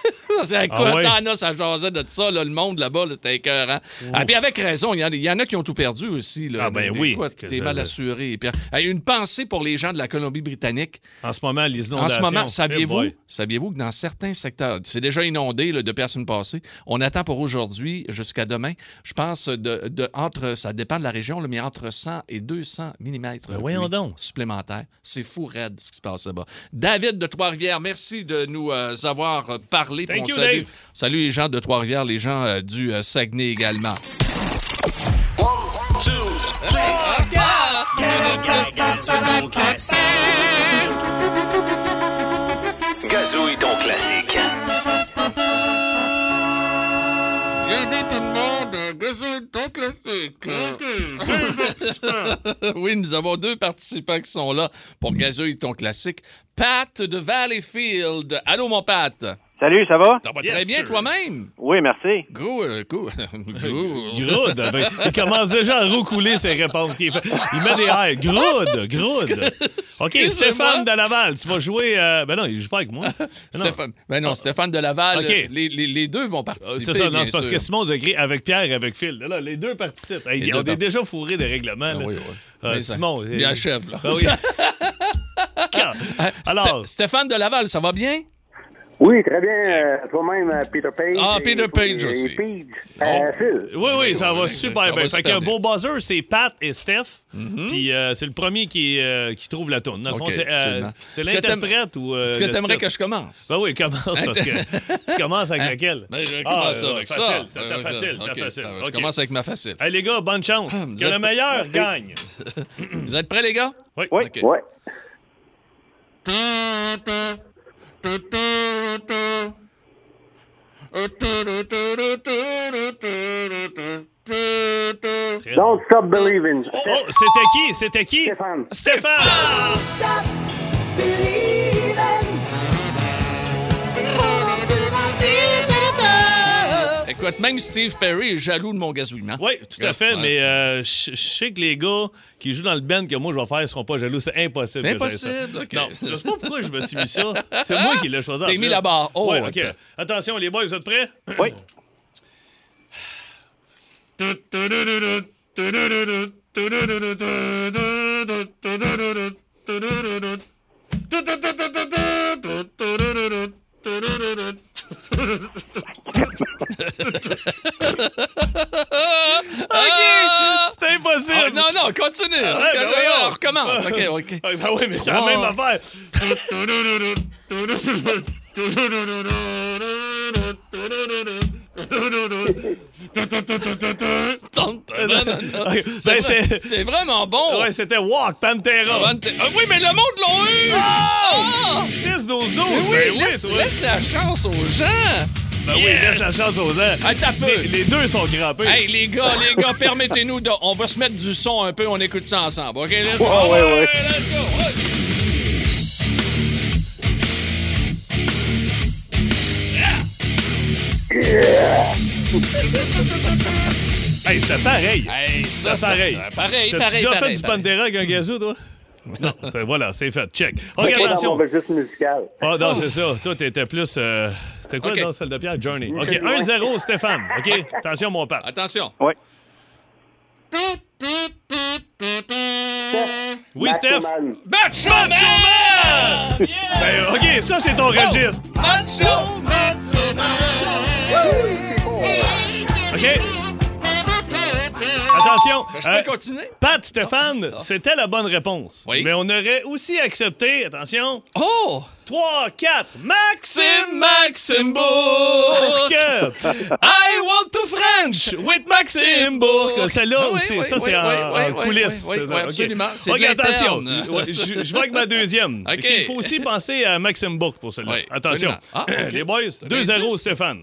S1: C'est
S2: Ah ouais?
S1: écoute, là, ça jasait de ça, là, le monde là-bas, là, c'était écœurant. Ah, puis avec raison, il y en- il y, en a qui ont tout perdu aussi. Là,
S2: Ah, ben
S1: Mais
S2: oui.
S1: écoute,
S2: Que
S1: t'es
S2: ça,
S1: mal
S2: là.
S1: assuré. Puis, euh, une pensée pour les gens de la Colombie-Britannique.
S2: En ce moment, les
S1: En
S2: inondations.
S1: ce moment,
S2: Eh
S1: saviez-vous,
S2: boy.
S1: saviez-vous que dans certains secteurs, c'est déjà inondé là, de personnes passées. On attend pour aujourd'hui jusqu'à demain, je pense, de, de- entre, ça dépend de la région, là, mais entre 100 et 200 mm
S2: Ben voyons donc.
S1: supplémentaires. C'est fou, raide, ce qui se passe là-bas. David de Trois-Rivières, merci de nous euh, avoir parlé. Puis
S2: Thank
S1: on
S2: you,
S1: salue,
S2: Dave.
S1: salue les gens de Trois-Rivières, les gens euh, du euh, Saguenay également.
S6: Gazouille ton classique.
S1: oui, nous avons deux participants qui sont là pour Gazouille ton classique. Pat de Valleyfield. Allô, mon Pat.
S11: Salut, ça va?
S1: Ça va
S2: Yes,
S1: très bien
S2: sir.
S1: toi-même.
S11: Oui, merci.
S1: Go, euh, go, go.
S2: Groude. ben, il commence déjà à roucouler ses réponses. Il, fait- il met des airs. Groude, groude. OK,
S1: Excusez-moi.
S2: Stéphane de Laval, tu vas jouer. euh, ben non, il joue pas avec moi. Ben non.
S1: Stéphane, ben non, Stéphane de Laval,
S2: Ah. OK.
S1: euh, les, les- les deux vont
S2: Euh,
S1: participer.
S2: C'est ça, non,
S1: bien
S2: c'est parce
S1: sûr.
S2: que Simon Degré avec Pierre et avec Phil. Là, les deux participent. Hey,
S1: Les deux
S2: on est
S1: participent.
S2: déjà fourré des règlements.
S1: Ah
S2: là.
S1: oui, oui.
S2: Euh,
S1: Mais ça-
S2: Simon.
S1: Il
S2: euh,
S1: achève, là.
S2: ah oui. Alors,
S1: Ah, Sté- Stéphane de Laval, ça va bien?
S2: Euh,
S10: Oui, très bien. euh, Toi-même, euh, Peter Page.
S1: Ah,
S10: et-
S1: Peter Page
S10: et
S1: aussi.
S10: Page. Euh, Phil.
S2: Oui, oui, ça
S1: oui,
S2: va
S1: oui,
S2: super
S1: ça
S2: bien.
S1: va
S2: fait
S1: super
S2: que
S1: bien. Mm-hmm.
S2: vos buzzers, c'est Pat et Steph. Puis euh, c'est le premier qui, euh, qui trouve la tourne. Dans le fond,
S1: OK,
S2: c'est, euh,
S1: absolument.
S2: c'est
S1: Est-ce que t'aimes-
S2: l'interprète ou. euh,
S1: Est-ce que
S2: le
S1: tu aimerais que
S2: titre.
S1: je commence?
S2: Ben oui, commence parce que tu commences avec laquelle?
S1: Ben, je
S2: Ah,
S1: commence
S2: ouais,
S1: avec
S2: facile, ça,
S1: ça.
S2: t'as
S1: Euh,
S2: facile, t'as
S1: OK,
S2: facile.
S1: ça va,
S2: OK.
S1: Je commence avec ma facile.
S2: Hey les gars, bonne chance.
S1: vous
S2: que
S1: êtes-
S2: le meilleur gagne.
S1: Vous êtes prêts, les gars?
S2: Oui.
S11: Oui,
S1: OK.
S11: ouais.
S2: Très bon.
S10: Don't stop believing.
S2: Oh, c'était qui? C'était qui?
S10: Stéphane.
S2: Stéphane!
S1: Écoute, même Steve Perry est jaloux de mon hein? gazouillement.
S2: Oui, tout à fait,
S1: Ouais.
S2: mais euh, je je sais que les gars qui jouent dans le band que moi je vais faire ne seront pas jaloux. C'est impossible.
S1: C'est
S2: que j'aie ça.
S1: impossible, OK.
S2: Non, je sais pas pourquoi je me suis mis ça. C'est moi qui l'ai choisi.
S1: T'es mis la barre Oh, haute.
S2: Oui, OK. Attention, les boys, vous êtes prêts?
S11: Oui.
S2: C'est impossible!
S1: Ah, non, non, continue.
S2: ben
S1: Regarde,
S2: voyons.
S1: on recommence. OK, OK.
S2: Ah, ben oui, mais c'est la
S1: Trois.
S2: même affaire.
S1: Tente, non, non, non.
S2: Ben,
S1: C'est vrai-
S2: c'est-
S1: c'est vraiment bon.
S2: Ouais, c'était Walk Pantera.
S1: Ah oui, mais le monde l'a eu! Ah!
S2: 6 12 12
S1: Oui,
S2: Ben oui,
S1: laisse,
S2: toi.
S1: laisse la chance aux gens.
S2: Ben oui, laisse la chance aux gens.
S1: Attends un peu.
S2: Les, les deux sont crampés.
S1: Hey, les gars, les gars, permettez-nous de... On va se mettre du son un peu, on écoute ça ensemble. OK, let's go.
S11: Ouais, ouais, ouais.
S1: let's go. Ouais.
S2: Hey, c'était pareil.
S1: Hey, ça,
S2: C'est
S1: ça-
S2: pareil.
S1: Pareil, pareil,
S2: T'as-tu
S1: pareil.
S2: déjà
S1: pareil,
S2: fait du Pantera avec un gazou, toi? Non. Fait- Voilà, c'est fait. Check. OK,
S10: Pas dans
S2: attention.
S10: mon registre musical.
S2: Ah, non, c'est ça. Toi, t'étais plus. euh, C'était quoi,
S1: OK.
S2: dans celle de Pierre? Journey. OK, 1-0, Stéphane. OK, attention, mon père.
S1: Attention.
S11: Oui.
S2: Oui, Steph.
S10: Macho Man.
S1: Match Man!
S2: Ben, OK, ça, c'est ton registre.
S1: Hein?
S2: OK? Attention. euh,
S1: Ben, je peux continuer? Ah.
S2: Pat, Stéphane, c'était la bonne réponse. Mais on aurait aussi accepté, attention.
S1: Oh!
S2: 3, 4, Maxime,
S1: Maxime
S2: Bourque.
S1: I want to French with Maxime Bourque.
S2: Celle-là
S1: Ah oui,
S2: aussi,
S1: oui,
S2: ça,
S1: oui,
S2: c'est en,
S1: oui, oui,
S2: en
S1: oui,
S2: coulisses.
S1: oui, oui, oui,
S2: Ok.
S1: absolument. C'est de
S2: Ok, attention.
S1: l'interne.
S2: Ouais, Je, je vais avec ma deuxième.
S1: Ok.
S2: Il faut aussi penser à Maxime Bourque pour celle-là. attention.
S1: absolument. Ah, ok.
S2: Les boys,
S1: C'est un
S2: 2-0,
S1: indice.
S2: Stéphane.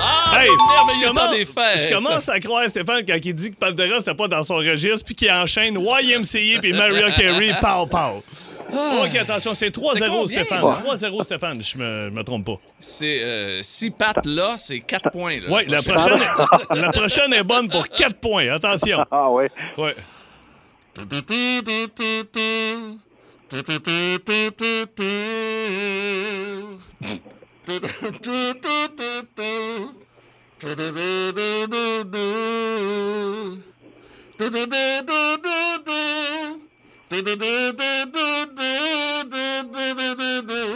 S1: Ah,
S2: Hey, je commence, je commence à croire, Stéphane, quand il dit que Pantera, c'était pas dans son registre, puis qu'il enchaîne YMCA puis Mariah Carey, pow, pow. OK, attention, c'est 3-0,
S1: Ah. C'est combien?
S2: Stéphane.
S1: Ouais.
S2: 3-0, Stéphane, je me, je me trompe pas.
S1: C'est euh, si Pat là, c'est 4 points. là,
S2: Oui, Euh, la prochaine, est- la prochaine est bonne pour 4 points, attention.
S11: Ah ouais.
S2: Ouais.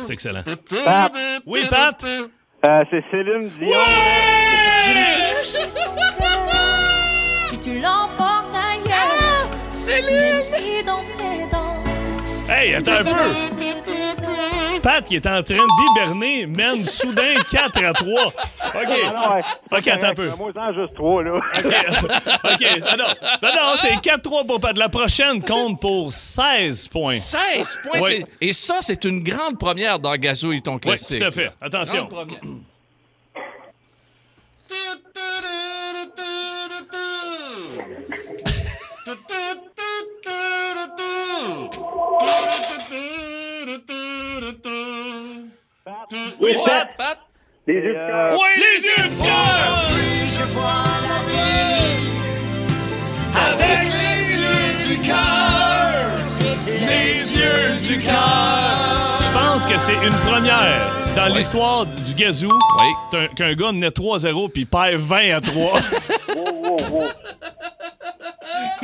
S2: C'est excellent. Ah,
S11: Pat.
S2: Oui, Pat.
S11: Euh, c'est Céline Dion.
S12: Si tu l'emportes ailleurs, même si dans tes danses,
S2: Hey, attends un peu. Pat, qui est en train d'hiberner, mène soudain 4 à 3. OK.
S11: Ah, ouais.
S2: OK, attends un peu.
S11: Moi, j'en ai juste trois, là.
S2: OK, ah non, non, non, non, c'est 4-3 pour Pat. La prochaine compte pour 16 points.
S1: 16 points.
S2: Oui.
S1: c'est- Et ça, c'est une grande première dans Gazou et ton classique.
S2: tout à fait. Attention.
S1: Grande première.
S11: Oui, Pat.
S1: Pat.
S11: Les yeux de cœur.
S2: Oui, les yeux de cœur!
S13: je vois la vie avec les yeux du cœur. Les yeux du cœur.
S2: Je pense que c'est une première dans l'histoire du gazou qu'un- qu'un gars menait 3-0 puis perd 20 à 3.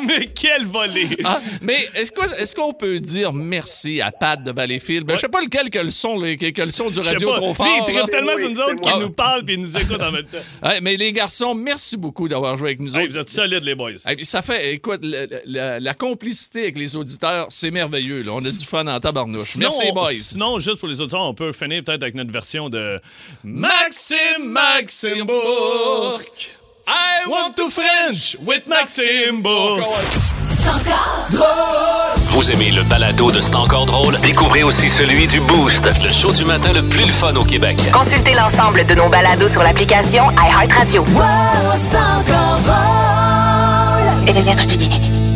S2: Mais quel volet!
S1: Ah, mais est-ce qu'on est-ce qu'on peut dire merci à Pat de Valleyfield? Ben, Je sais pas lequel que le son, le- que, que le son du
S2: Je sais
S1: radio
S2: pas,
S1: trop fort.
S2: lui, il tripe
S1: là.
S2: tellement sur nous autres
S1: Ah.
S2: qu'il nous parle puis il nous écoute en même temps.
S1: Ouais, mais les garçons, merci beaucoup d'avoir joué avec nous autres.
S2: Vous êtes solides, les boys.
S1: Et puis ça fait, écoute, le- le- la, la complicité avec les auditeurs, c'est merveilleux. là. On a du fun en tabarnouche.
S2: Sinon,
S1: Merci,
S2: on-
S1: boys.
S2: Sinon, juste pour les auditeurs, on peut finir peut-être avec notre version de
S1: Maxime Maxime Bourque. I
S2: want to French with Maxime Bourque.
S14: Vous aimez le balado de C'est encore drôle? Découvrez aussi celui du Boost, le show du matin le plus le fun au Québec.
S5: Consultez l'ensemble de nos balados sur l'application iHeartRadio.
S13: Wow, c'est encore drôle. Énergie.